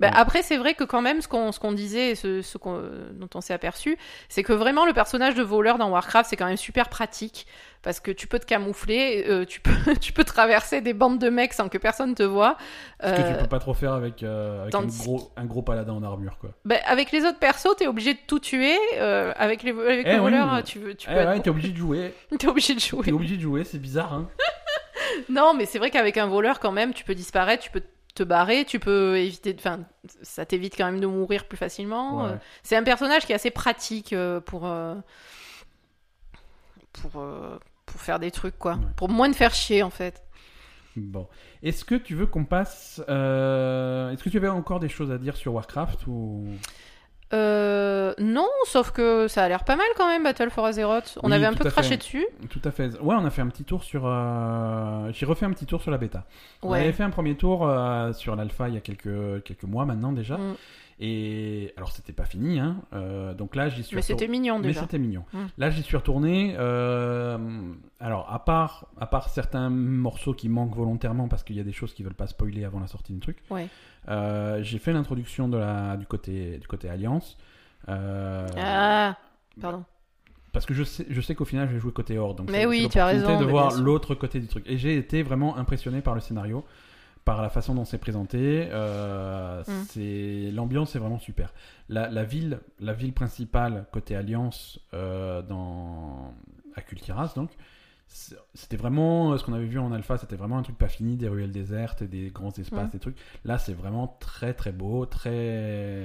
Bah, Ouais. Après, c'est vrai que quand même, ce qu'on ce qu'on disait, et ce, ce qu'on- dont on s'est aperçu, c'est que vraiment le personnage de voleur dans Warcraft, c'est quand même super pratique parce que tu peux te camoufler, euh, tu peux tu peux traverser des bandes de mecs sans que personne te voie. Ce que Euh, tu peux pas trop faire avec, euh, avec un, tandis- gros, un gros paladin en armure, quoi. Ben, avec les autres persos, t'es obligé de tout tuer. euh, avec les avec Eh le oui. voleur, hein, tu, veux, tu Eh peux être- ouais, t'es obligé de jouer. t'es obligé de jouer. T'es obligé de jouer, c'est bizarre, hein. Non, mais c'est vrai qu'avec un voleur, quand même, tu peux disparaître, tu peux te barrer, tu peux éviter. de- Enfin, ça t'évite quand même de mourir plus facilement. Ouais. Euh, C'est un personnage qui est assez pratique euh, pour. euh, pour. euh, pour faire des trucs, quoi. Ouais. Pour moins de faire chier, en fait. Bon. Est-ce que tu veux qu'on passe. euh, Est-ce que tu avais encore des choses à dire sur Warcraft ou... Euh, non, sauf que ça a l'air pas mal quand même, Battle for Azeroth. On Oui, avait un tout peu à craché fait. dessus. Tout à fait. Ouais, on a fait un petit tour sur. euh, J'ai refait un petit tour sur la bêta. On Ouais. avait fait un premier tour euh, sur l'alpha il y a quelques, quelques mois maintenant déjà. Mm. Et alors, c'était pas fini. Hein. Euh, donc là, j'y suis Mais retour- c'était mignon Mais déjà. c'était mignon. Mm. Là, j'y suis retourné. euh, alors, à part, à part certains morceaux qui manquent volontairement parce qu'il y a des choses qui veulent pas spoiler avant la sortie du truc, Ouais. euh, j'ai fait l'introduction de la du côté du côté Alliance. euh, Ah, pardon. Parce que je sais, je sais qu'au final, je vais jouer côté Horde. Donc Mais c'est- oui, c'est tu as l'opportunité raison, de mais bien voir sûr. l'autre côté du truc. Et j'ai été vraiment impressionné par le scénario, par la façon dont c'est présenté. euh, Mm. c'est l'ambiance est vraiment super. La, la ville, la ville principale côté Alliance, euh, dans à Kultiras donc. c'est- C'était vraiment euh, ce qu'on avait vu en alpha, c'était vraiment un truc pas fini, des ruelles désertes, des grands espaces, Mm. des trucs. Là, c'est vraiment très très beau, très.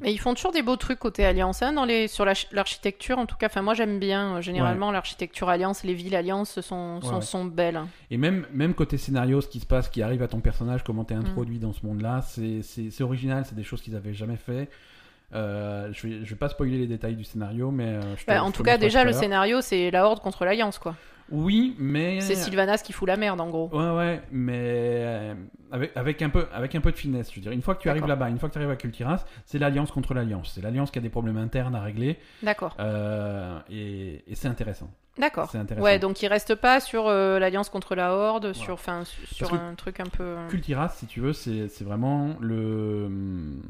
Mais ils font toujours des beaux trucs côté Alliance, hein, dans les, sur la- l'architecture en tout cas. Enfin, moi j'aime bien euh, généralement l'architecture Alliance, les villes Alliance sont, sont, Ouais, ouais. sont belles. hein. Et même, même côté scénario, ce qui se passe, qui arrive à ton personnage, comment t'es introduit dans ce monde-là, c'est- c'est c'est original, c'est des choses qu'ils avaient jamais fait. Euh, je, vais, je vais pas spoiler les détails du scénario, mais euh, je te- Bah, je en te tout cas, montrerai déjà tout à le l'heure. scénario c'est la Horde contre l'Alliance quoi. Oui, mais. C'est Sylvanas qui fout la merde en gros. Ouais, ouais, mais euh, avec, avec, un peu, avec un peu de finesse, je veux dire. Une fois que tu arrives D'accord. là-bas, une fois que tu arrives à Kultiras, c'est l'alliance contre l'alliance. C'est l'alliance qui a des problèmes internes à régler, D'accord, euh, et, et c'est intéressant. d'accord. C'est intéressant. Ouais, donc il reste pas sur euh, l'Alliance contre la Horde, Voilà. sur, enfin, su- sur que- un truc un peu. euh, Kultiras, si tu veux, c'est c'est vraiment le, mm,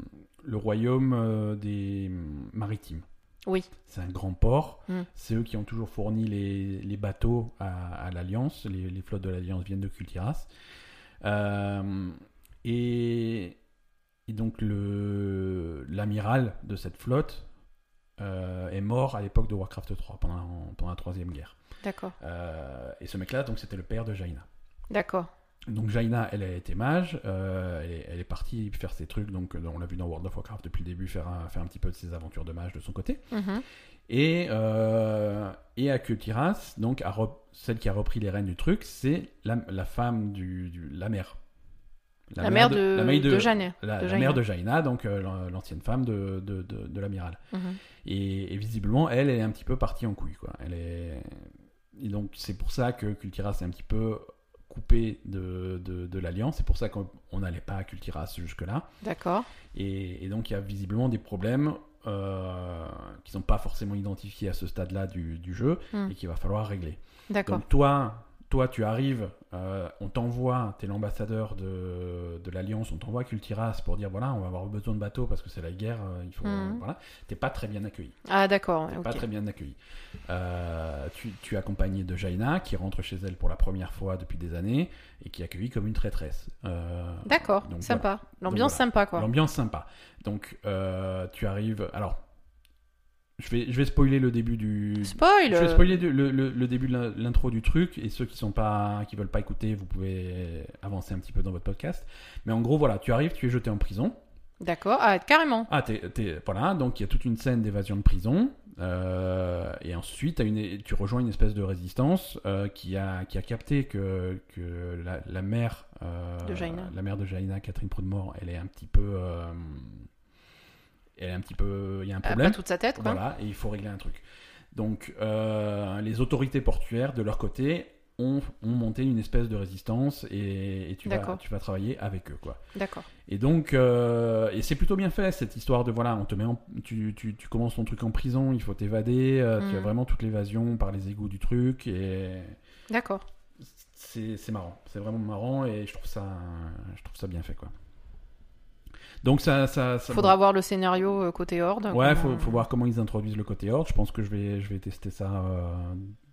le royaume euh, des maritimes. Oui. C'est un grand port. Mm. C'est eux qui ont toujours fourni les, les bateaux à, à l'Alliance. Les, les flottes de l'Alliance viennent de Kultiras. Euh, et, et donc, le- l'amiral de cette flotte euh, est mort à l'époque de Warcraft 3, pendant, pendant la Troisième Guerre. D'accord, Euh, et ce mec-là, donc, c'était le père de Jaina. d'accord. Donc Jaina, elle a été mage, euh, elle, est, elle est partie faire ses trucs, donc euh, on l'a vu dans World of Warcraft depuis le début, faire un, faire un petit peu de ses aventures de mage de son côté. Mhm. Et, euh, et à Kultiras, donc à re- celle qui a repris les rênes du truc, c'est la, la femme du, du- la mère. La, mère de, la de, maille de- Jeannet. la- de la Jaina. mère de Jaina, donc euh, l'an- l'ancienne femme de, de, de- de l'amiral. Mhm. Et, et visiblement, elle, elle est un petit peu partie en couille. Quoi. Elle est... Et donc, c'est pour ça que Cultiras est un petit peu coupé de, de, de l'Alliance. C'est pour ça qu'on on n'allait pas à Cultiras jusque-là. D'accord. Et, et donc, il y a visiblement des problèmes euh, qui sont pas forcément identifiés à ce stade-là du, du jeu Hmm. et qu'il va falloir régler. D'accord. Donc, toi, toi tu arrives, euh, on t'envoie, t'es l'ambassadeur de, de l'Alliance, on t'envoie à Cultiras pour dire voilà, on va avoir besoin de bateaux parce que c'est la guerre, euh, il faut. Hmm. Voilà. T'es pas très bien accueilli. Ah d'accord. T'es ok. pas très bien accueilli. Euh, tu, tu es accompagné de Jaina, qui rentre chez elle pour la première fois depuis des années, et qui est accueillie comme une traîtresse. Euh, D'accord. donc Sympa. L'ambiance voilà. sympa quoi. L'ambiance sympa. Donc, euh, tu arrives... Alors, je vais, je vais spoiler le début du... Spoil. euh, Je vais spoiler du- le, le- le début de l'in- l'intro du truc, et ceux qui sont pas, qui veulent pas écouter, vous pouvez avancer un petit peu dans votre podcast. Mais en gros, voilà, tu arrives, tu es jeté en prison, D'accord. Ah carrément. ah, t'es, t'es- voilà, donc il y a toute une scène d'évasion de prison, euh, et ensuite t'as une, tu rejoins une espèce de résistance euh, qui, a, qui a capté que, que la, la mère euh, De Jaina. la mère de Jaina, Catherine Proudmore, elle est un petit peu, euh, elle est un petit peu, il y a un Ah, problème, pas toute sa tête quoi. voilà, et il faut régler un truc. Donc euh, les autorités portuaires de leur côté ont, ont monté une espèce de résistance et, et tu, vas, D'accord. tu vas travailler avec eux, quoi. D'accord. Et donc, euh, et c'est plutôt bien fait cette histoire de voilà, on te met, en- tu, tu, tu commences ton truc en prison, il faut t'évader, euh, tu Mm. as vraiment toute l'évasion par les égouts du truc et D'accord. c'est c'est marrant, c'est vraiment marrant et je trouve ça, je trouve ça bien fait quoi. Donc ça, ça, ça- Faudra voir le scénario euh, côté Horde. ouais, comment- faut, faut voir comment ils introduisent le côté horde. Je pense que je vais, je vais tester ça euh,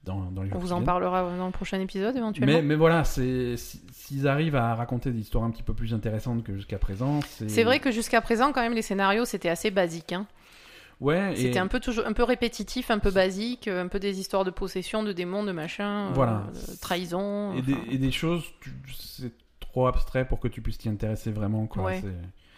dans, dans les On jours vous qui en viennent. parlera dans le prochain épisode éventuellement. Mais, mais voilà, c'est- si- s'ils arrivent à raconter des histoires un petit peu plus intéressantes que jusqu'à présent, c'est C'est vrai que jusqu'à présent, quand même, les scénarios c'était assez basique. Hein. ouais, et- C'était un peu toujours, un peu répétitif, un peu basique, euh, un peu des histoires de possession, de démons, de machin, euh, Voilà. de trahison. Et des, enfin. et des choses, tu- c'est trop abstrait pour que tu puisses t'y intéresser vraiment. Quoi. Ouais. C'est-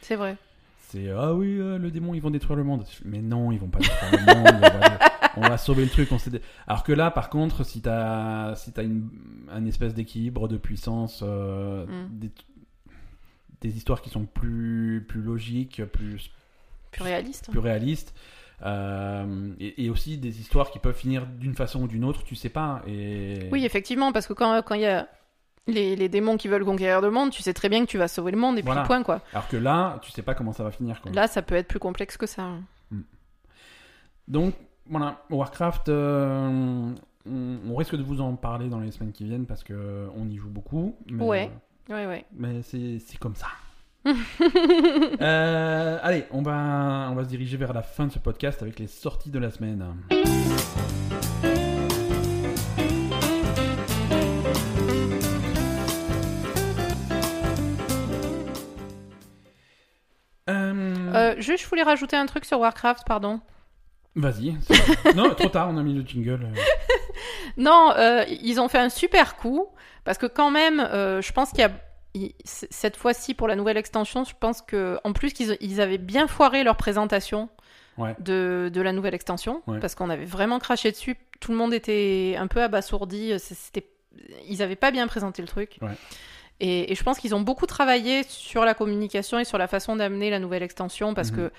C'est vrai. C'est ah oui, euh, le démon, ils vont détruire le monde. Mais non, ils vont pas détruire le monde. on, va, on va sauver le truc. On s'est dé- Alors que là, par contre, si t'as si t'as une un espèce d'équilibre de puissance, euh, Mm. des, des histoires qui sont plus plus logiques, plus Plus réaliste. hein. plus réalistes. euh, et, et aussi des histoires qui peuvent finir d'une façon ou d'une autre, tu sais pas. Et... Oui, effectivement, parce que quand quand il y a les, les démons qui veulent conquérir le monde, tu sais très bien que tu vas sauver le monde et Voilà. puis point quoi. Alors que là, tu sais pas comment ça va finir. Quoi. Là, ça peut être plus complexe que ça. hein. Donc voilà, Warcraft, euh, on, on risque de vous en parler dans les semaines qui viennent parce que on y joue beaucoup. Mais, Ouais. Ouais, ouais. Mais c'est c'est comme ça. Euh, allez, on va, on va se diriger vers la fin de ce podcast avec les sorties de la semaine. Euh, Euh, juste, je voulais rajouter un truc sur Warcraft, pardon. Vas-y. c'est- non, trop tard, on a mis le jingle. Non, euh, ils ont fait un super coup parce que quand même, euh, je pense qu'il y a il- c- cette fois-ci pour la nouvelle extension, je pense que en plus qu'ils ils avaient bien foiré leur présentation Ouais. de, de la nouvelle extension Ouais. parce qu'on avait vraiment craché dessus. Tout le monde était un peu abasourdi. euh, c- C'était ils n'avaient pas bien présenté le truc. Ouais. Et, et je pense qu'ils ont beaucoup travaillé sur la communication et sur la façon d'amener la nouvelle extension parce Mhm. que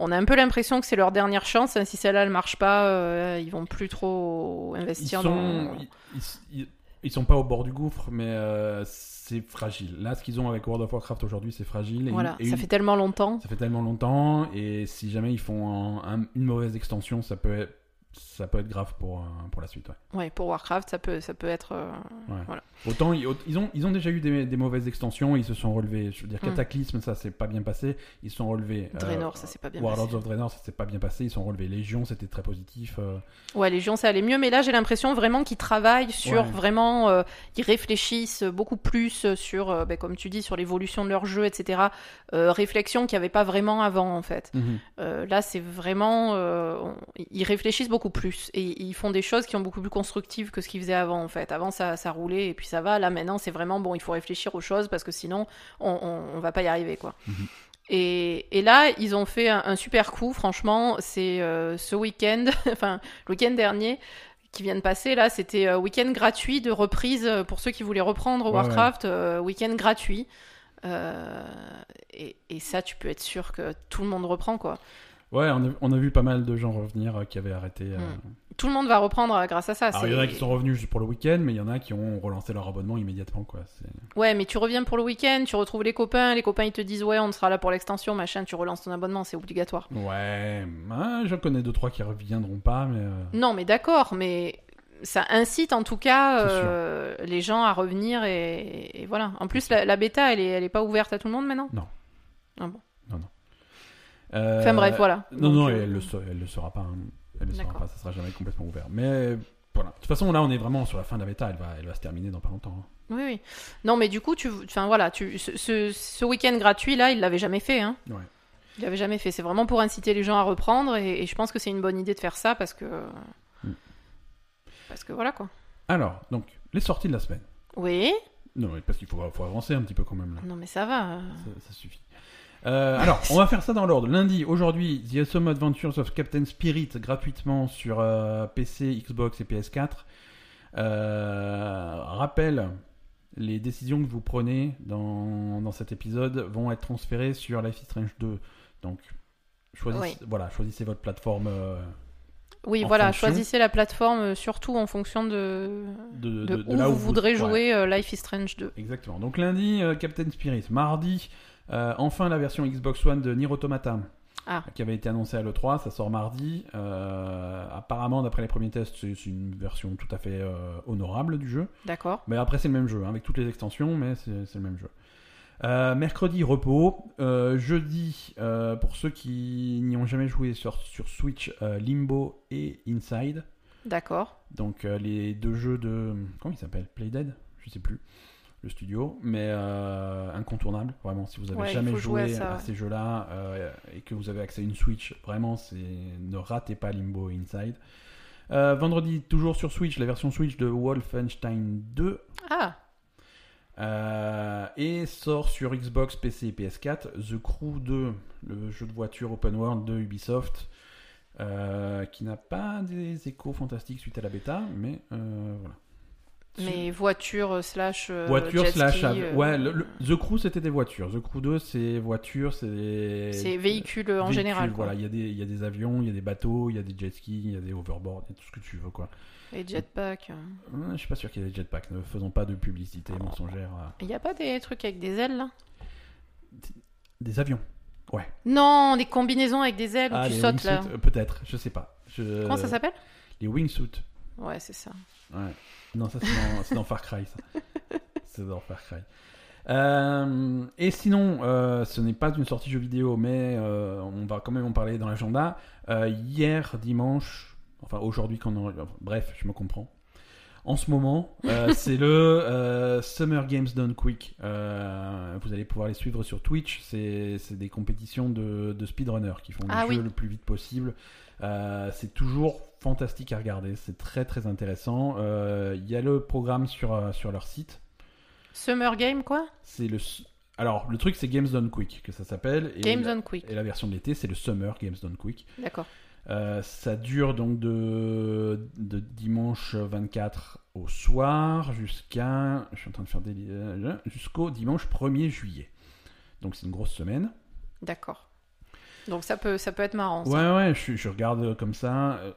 on a un peu l'impression que c'est leur dernière chance. hein, si celle-là ne marche pas, euh, ils vont plus trop Ils investir sont, dans. ils, ils- ils sont pas au bord du gouffre, mais euh, c'est fragile. Là, ce qu'ils ont avec World of Warcraft aujourd'hui, c'est fragile. Et Voilà, une- et ça une- fait tellement longtemps. ça fait tellement longtemps, et si jamais ils font un- un- une mauvaise extension, ça peut être, ça peut être grave pour, euh, pour la suite. ouais. Ouais, pour Warcraft, ça peut, ça peut être. euh, Autant ils, ils ont, ils ont déjà eu des, des mauvaises extensions, ils se sont relevés. Je veux dire, Mm. Cataclysme, ça s'est pas bien passé. Ils se sont relevés. Euh, Draenor, ça s'est pas bien Warlords passé. of Draenor, ça s'est pas bien passé. Ils se sont relevés. Légion, c'était très positif. euh, Ouais, Légion, ça allait mieux, mais là, j'ai l'impression vraiment qu'ils travaillent sur Ouais. vraiment. euh, ils réfléchissent beaucoup plus sur, euh, ben, comme tu dis, sur l'évolution de leur jeu, etc. Euh, réflexion qu'il n'y avait pas vraiment avant, en fait. Euh, là, c'est vraiment. euh, on- ils réfléchissent beaucoup plus et ils font des choses qui sont beaucoup plus constructives que ce qu'ils faisaient avant, en fait. Avant, ça, ça roulait et puis ça va. Là, maintenant, c'est vraiment bon, il faut réfléchir aux choses parce que sinon, on, on, on va pas y arriver, quoi. Mhm. Et, et là, ils ont fait un, un super coup, franchement. C'est euh, ce week-end, enfin, le week-end dernier qui vient de passer, là, c'était euh, week-end gratuit de reprise euh, pour ceux qui voulaient reprendre Ouais, Warcraft, euh, week-end gratuit. Euh, et, et ça, tu peux être sûr que tout le monde reprend, quoi. Ouais, on a, on a vu pas mal de gens revenir euh, qui avaient arrêté. euh, Mm. tout le monde va reprendre euh, grâce à ça. Alors, c'est- Ah, il y en a qui sont revenus juste pour le week-end, mais il y en a qui ont relancé leur abonnement immédiatement. Quoi. C'est- Ouais, mais tu reviens pour le week-end, tu retrouves les copains, les copains ils te disent ouais, on sera là pour l'extension, machin, tu relances ton abonnement, c'est obligatoire. Ouais, hein, j'en connais deux, trois qui reviendront pas, mais. euh, Non, mais d'accord, mais ça incite en tout cas C'est sûr. euh, les gens à revenir et, et voilà. En plus, la, la bêta, elle est, elle est pas ouverte à tout le monde maintenant Non. Ah bon. euh, Enfin bref, voilà. Non, Donc, non, euh, elle le, se- elle le sera pas. hein. Elle le sera D'accord. pas, ça sera jamais complètement ouvert. Mais voilà. De toute façon, là, on est vraiment sur la fin de la bêta, elle va, elle va se terminer dans pas longtemps. hein. Oui, oui. Non, mais du coup, tu, enfin voilà, tu, ce, ce- ce week-end gratuit là, ils l'avaient jamais fait, hein. Ouais. Ils l'avaient jamais fait. C'est vraiment pour inciter les gens à reprendre, et, et je pense que c'est une bonne idée de faire ça parce que, Mm. parce que voilà quoi. Alors, donc, les sorties de la semaine. Oui. Non, mais parce qu'il faut, faut avancer un petit peu quand même là. Non, mais ça va. euh. Ça, ça suffit. Euh, alors, on va faire ça dans l'ordre. Lundi, aujourd'hui, The Awesome Adventures of Captain Spirit gratuitement sur euh, PC, Xbox et PS4. Euh, rappel, les décisions que vous prenez dans, dans cet épisode vont être transférées sur Life is Strange 2. Donc, choisissez, Oui. voilà, choisissez votre plateforme euh, Oui, En voilà. fonction- Choisissez la plateforme euh, surtout en fonction de, de, de, de- de où là vous où voudrez ouais. jouer euh, Life is Strange 2. Exactement. Donc lundi, euh, Captain Spirit. Mardi, euh, enfin la version Xbox One de Nier Automata. Ah. Qui avait été annoncée à l'E3, ça sort mardi. Euh, apparemment, d'après les premiers tests, c'est c'est une version tout à fait euh, honorable du jeu. D'accord. Mais après, c'est le même jeu, hein, avec toutes les extensions, mais c'est c'est le même jeu. Euh, mercredi, repos. Euh, jeudi, euh, pour ceux qui n'y ont jamais joué sur, sur Switch, euh, Limbo et Inside. D'accord. Donc euh, les deux jeux de comment il s'appelle Playdead, je sais plus le studio, mais euh, incontournable vraiment. Si vous avez Ouais, il jamais faut jouer joué à à, ça, ouais. ces jeux-là euh, et que vous avez accès à une Switch, vraiment c'est ne ratez pas Limbo et Inside. Euh, vendredi toujours sur Switch la version Switch de Wolfenstein 2. Ah. Euh, et sort sur Xbox, PC et PS4 The Crew 2, le jeu de voiture open world de Ubisoft, euh, qui n'a pas des échos fantastiques suite à la bêta, mais euh, voilà. Mais voiture slash. euh, Voiture jet slash. ski, av- euh, Ouais, le- le- The Crew c'était des voitures. The Crew 2 c'est voitures, c'est. C'est véhicule euh, en véhicules, général. quoi. Voilà, il y, a des- il y a des avions, il y a des bateaux, il y a des jet skis, il y a des hoverboards, il y a tout ce que tu veux quoi. Et jetpack. euh. Hum, Je suis pas sûr qu'il y ait des jetpacks, ne faisons pas de publicité mensongère. euh. Il n'y a pas des trucs avec des ailes là Des avions. Non, des combinaisons avec des ailes où Ah, tu les sautes là. wingsuits, euh, Peut-être, je sais pas. Je- Comment ça s'appelle Les wingsuits. Ouais, c'est ça. Ouais. Non, ça c'est dans, c'est dans Far Cry, ça. C'est dans Far Cry. Euh, et sinon, euh, ce n'est pas une sortie jeu vidéo, mais euh, on va quand même en parler dans l'agenda. Euh, hier, dimanche, enfin aujourd'hui, quand on... enfin, bref, je me comprends. En ce moment, euh, c'est le euh, Summer Games Done Quick. Euh, vous allez pouvoir les suivre sur Twitch. C'est c'est des compétitions de, de speedrunners qui font le Ah jeu oui. le plus vite possible. Euh, c'est toujours fantastique à regarder. C'est très très intéressant. Euh, Il y a le programme sur, euh, sur leur site. Summer Game quoi C'est le. su- Alors, le truc, c'est Games Done Quick que ça s'appelle. Et Games la... on Quick. Et la version de l'été, c'est le Summer Games Done Quick. D'accord. Euh, ça dure donc de, de dimanche 24 au soir jusqu'à. Je suis en train de faire des. li- euh, Jusqu'au dimanche 1er juillet. Donc, c'est une grosse semaine. D'accord. Donc ça peut, ça peut être marrant. ça. Ouais, ouais, je, je regarde euh, comme ça. euh,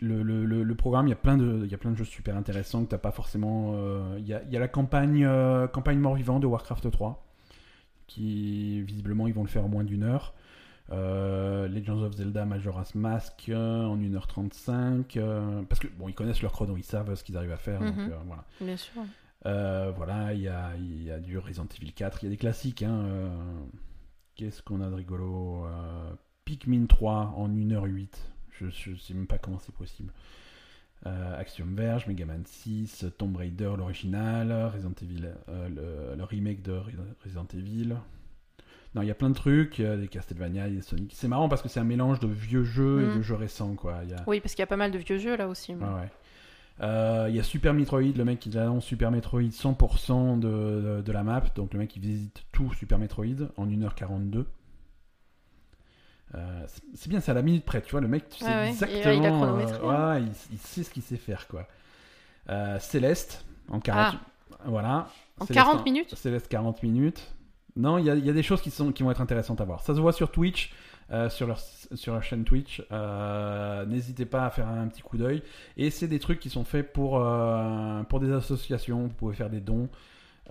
Le, le- le- le programme, il y a plein de, il y a plein de jeux super intéressants que t'as pas forcément. euh, Il y, a, il y a la campagne, euh, campagne mort-vivant de Warcraft 3, qui visiblement ils vont le faire en moins d'une heure. Euh, Legends of Zelda Majora's Mask euh, en 1h35 euh, parce que bon ils connaissent leur chrono ils savent euh, ce qu'ils arrivent à faire donc Mhm. euh, voilà Bien sûr. euh, voilà, il y a, il y a du Resident Evil 4, il y a des classiques. hein, euh, Qu'est-ce qu'on a de rigolo Euh, Pikmin 3 en 1h08. Je, je sais même pas comment c'est possible. Euh, Axiom Verge, Mega Man 6, Tomb Raider, l'original, Resident Evil, euh, le, le remake de Re- Resident Evil. Non, il y a plein de trucs, euh, des Castlevania, des Sonic. C'est marrant parce que c'est un mélange de vieux jeux et Mm. de jeux récents, quoi. Il y a- Oui, parce qu'il y a pas mal de vieux jeux là aussi. Ouais, ouais. Euh, Il y a Super Metroid, le mec qui annonce Super Metroid 100% de, de, de la map, donc le mec il visite tout Super Metroid en 1h42. Euh, c'est- c'est bien, c'est à la minute près, tu vois, le mec, tu sais Ouais, ouais, exactement, il- il a euh, chronométré, hein. ouais, il, il sait ce qu'il sait faire, quoi. Euh, Céleste, en 40, voilà. Ah. En Céleste 40 minutes Céleste 40 minutes. Non, il y, a- il y a des choses qui, sont, qui vont être intéressantes à voir. Ça se voit sur Twitch, euh, sur, leur, sur leur chaîne Twitch. Euh, N'hésitez pas à faire un petit coup d'œil. Et c'est des trucs qui sont faits pour, euh, pour des associations. Vous pouvez faire des dons.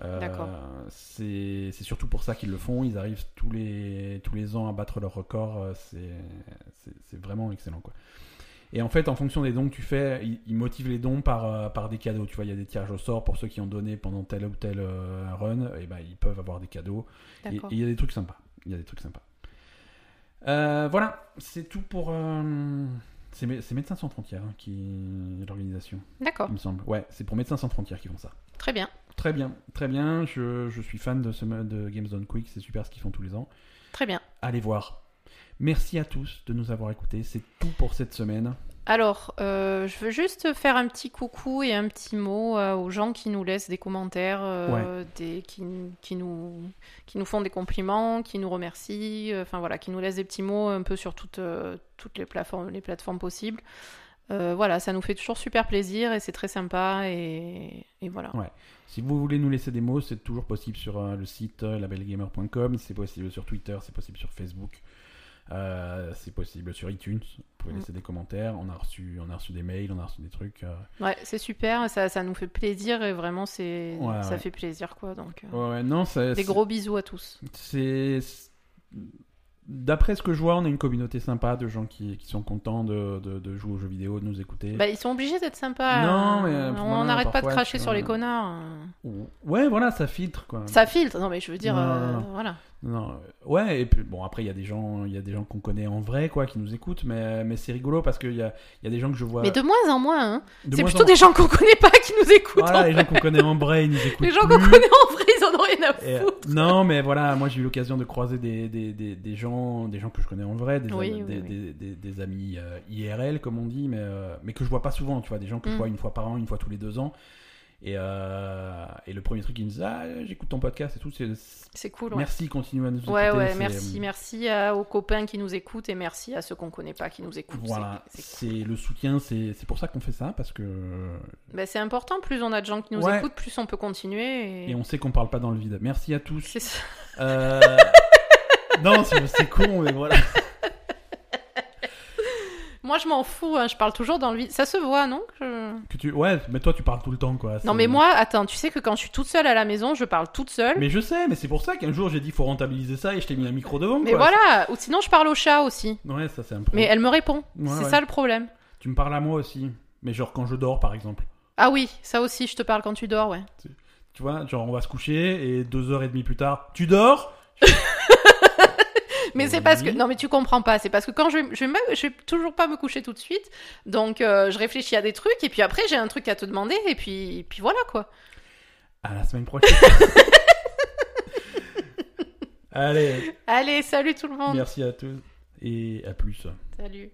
Euh, D'accord. C'est c'est surtout pour ça qu'ils le font. Ils arrivent tous les, tous les ans à battre leur record. Euh, c'est- C'est c'est vraiment excellent. Quoi. Et en fait, en fonction des dons que tu fais, ils, ils motivent les dons par, euh, par des cadeaux. Tu vois, il y a des tirages au sort pour ceux qui ont donné pendant tel ou tel euh, run. Et ben, ils peuvent avoir des cadeaux. Et et D'accord. il y a des trucs sympas. Il y a des trucs sympas. Euh, voilà, c'est tout pour. euh, c'est Mé- c'est Médecins sans frontières hein, qui l'organisation, D'accord. il me semble. Ouais, c'est pour Médecins sans frontières qui font ça. Très bien. Très bien, très bien. Je, je suis fan de, ce, mo- de Games Done Quick. C'est super ce qu'ils font tous les ans. Très bien. Allez voir. Merci à tous de nous avoir écoutés. C'est tout pour cette semaine. Alors, euh, je veux juste faire un petit coucou et un petit mot euh, aux gens qui nous laissent des commentaires, euh, des, qui, qui nous, qui nous font des compliments, qui nous remercient, euh, enfin voilà, qui nous laissent des petits mots un peu sur toutes, euh, toutes les, plateformes, les plateformes possibles. Euh, voilà, ça nous fait toujours super plaisir et c'est très sympa et, et voilà. Ouais. Si vous voulez nous laisser des mots, c'est toujours possible sur euh, le site euh, labelgamer.com, c'est possible sur Twitter, c'est possible sur Facebook, euh, c'est possible sur iTunes. Vous pouvez Mm. laisser des commentaires. On a reçu, on a reçu des mails, on a reçu des trucs. euh. Ouais, c'est super, ça, ça nous fait plaisir et vraiment c'est, Ouais, ça ouais. fait plaisir quoi. Donc, euh, Ouais, ouais, non, ça- des c'est- gros bisous à tous. C'est c'est- d'après ce que je vois, on a une communauté sympa de gens qui, qui sont contents de, de- de jouer aux jeux vidéo, de nous écouter. Bah, ils sont obligés d'être sympas. Non, hein. mais, euh, on voilà, n'arrête pas de parfois, cracher tu sur vois. les connards. hein. Ou- Ouais, voilà, ça filtre quoi. Ça filtre, non mais je veux dire, Non, euh, non, non. voilà. Non, euh, ouais, et puis bon, après, il y a des gens, il y a des gens qu'on connaît en vrai, quoi, qui nous écoutent, mais, mais c'est rigolo parce qu'il y a, il y a des gens que je vois. Mais de moins en moins, hein. de c'est moins plutôt en- des gens qu'on connaît pas qui nous écoutent. en Voilà, les fait. gens qu'on connaît en vrai, ils nous écoutent. les gens qu'on plus. connaît en vrai, ils en ont rien à foutre. Et, euh, non, mais voilà, moi j'ai eu l'occasion de croiser des, des, des, des gens, des gens que je connais en vrai, des, Oui, am- oui, des, oui. des- des- des amis euh, IRL comme on dit, mais, euh, mais que je vois pas souvent, tu vois, des gens que je Mm. vois une fois par an, une fois tous les deux ans. Et, euh, et le premier truc, il me dit Ah, j'écoute ton podcast et tout. c'est- c'est- C'est cool. Ouais. Merci, continue à nous Ouais, écouter, ouais, c'est- euh, merci, merci à- aux copains qui nous écoutent et merci à ceux qu'on connaît pas qui nous écoutent. C'est- Voilà, c'est- c'est le soutien, c'est c'est pour ça qu'on fait ça, parce que. Ben, c'est important, plus on a de gens qui nous Ouais. écoutent, plus on peut continuer. Et... Et on sait qu'on parle pas dans le vide. Merci à tous. C'est ça. Euh, non, c'est c'est con, mais voilà. Moi, je m'en fous, hein, je parle toujours dans le vide. Ça se voit, non Je- Que tu... Ouais, mais toi, tu parles tout le temps, quoi. Non, C'est- mais moi, attends, tu sais que quand je suis toute seule à la maison, je parle toute seule. Mais, Mais je sais, mais c'est pour ça qu'un jour, j'ai dit faut rentabiliser ça et je t'ai mis un micro devant, quoi. voilà, ou sinon, je parle au chat aussi. Ouais, ça, c'est un problème. Mais elle me répond. Ouais, c'est ouais. ça le problème. Tu me parles à moi aussi. Mais genre quand je dors, par exemple. Ah oui, ça aussi, je te parle quand tu dors, ouais. Tu vois, genre on va se coucher et deux heures et demie plus tard, tu dors Mais c'est Eh Oui. parce que non mais tu comprends pas, c'est parce que quand je vais- je vais, me- je vais toujours pas me coucher tout de suite, donc euh, je réfléchis à des trucs et puis après j'ai un truc à te demander et puis puis voilà quoi. À la semaine prochaine. Allez, Allez, salut tout le monde. merci à tous et à plus. Salut.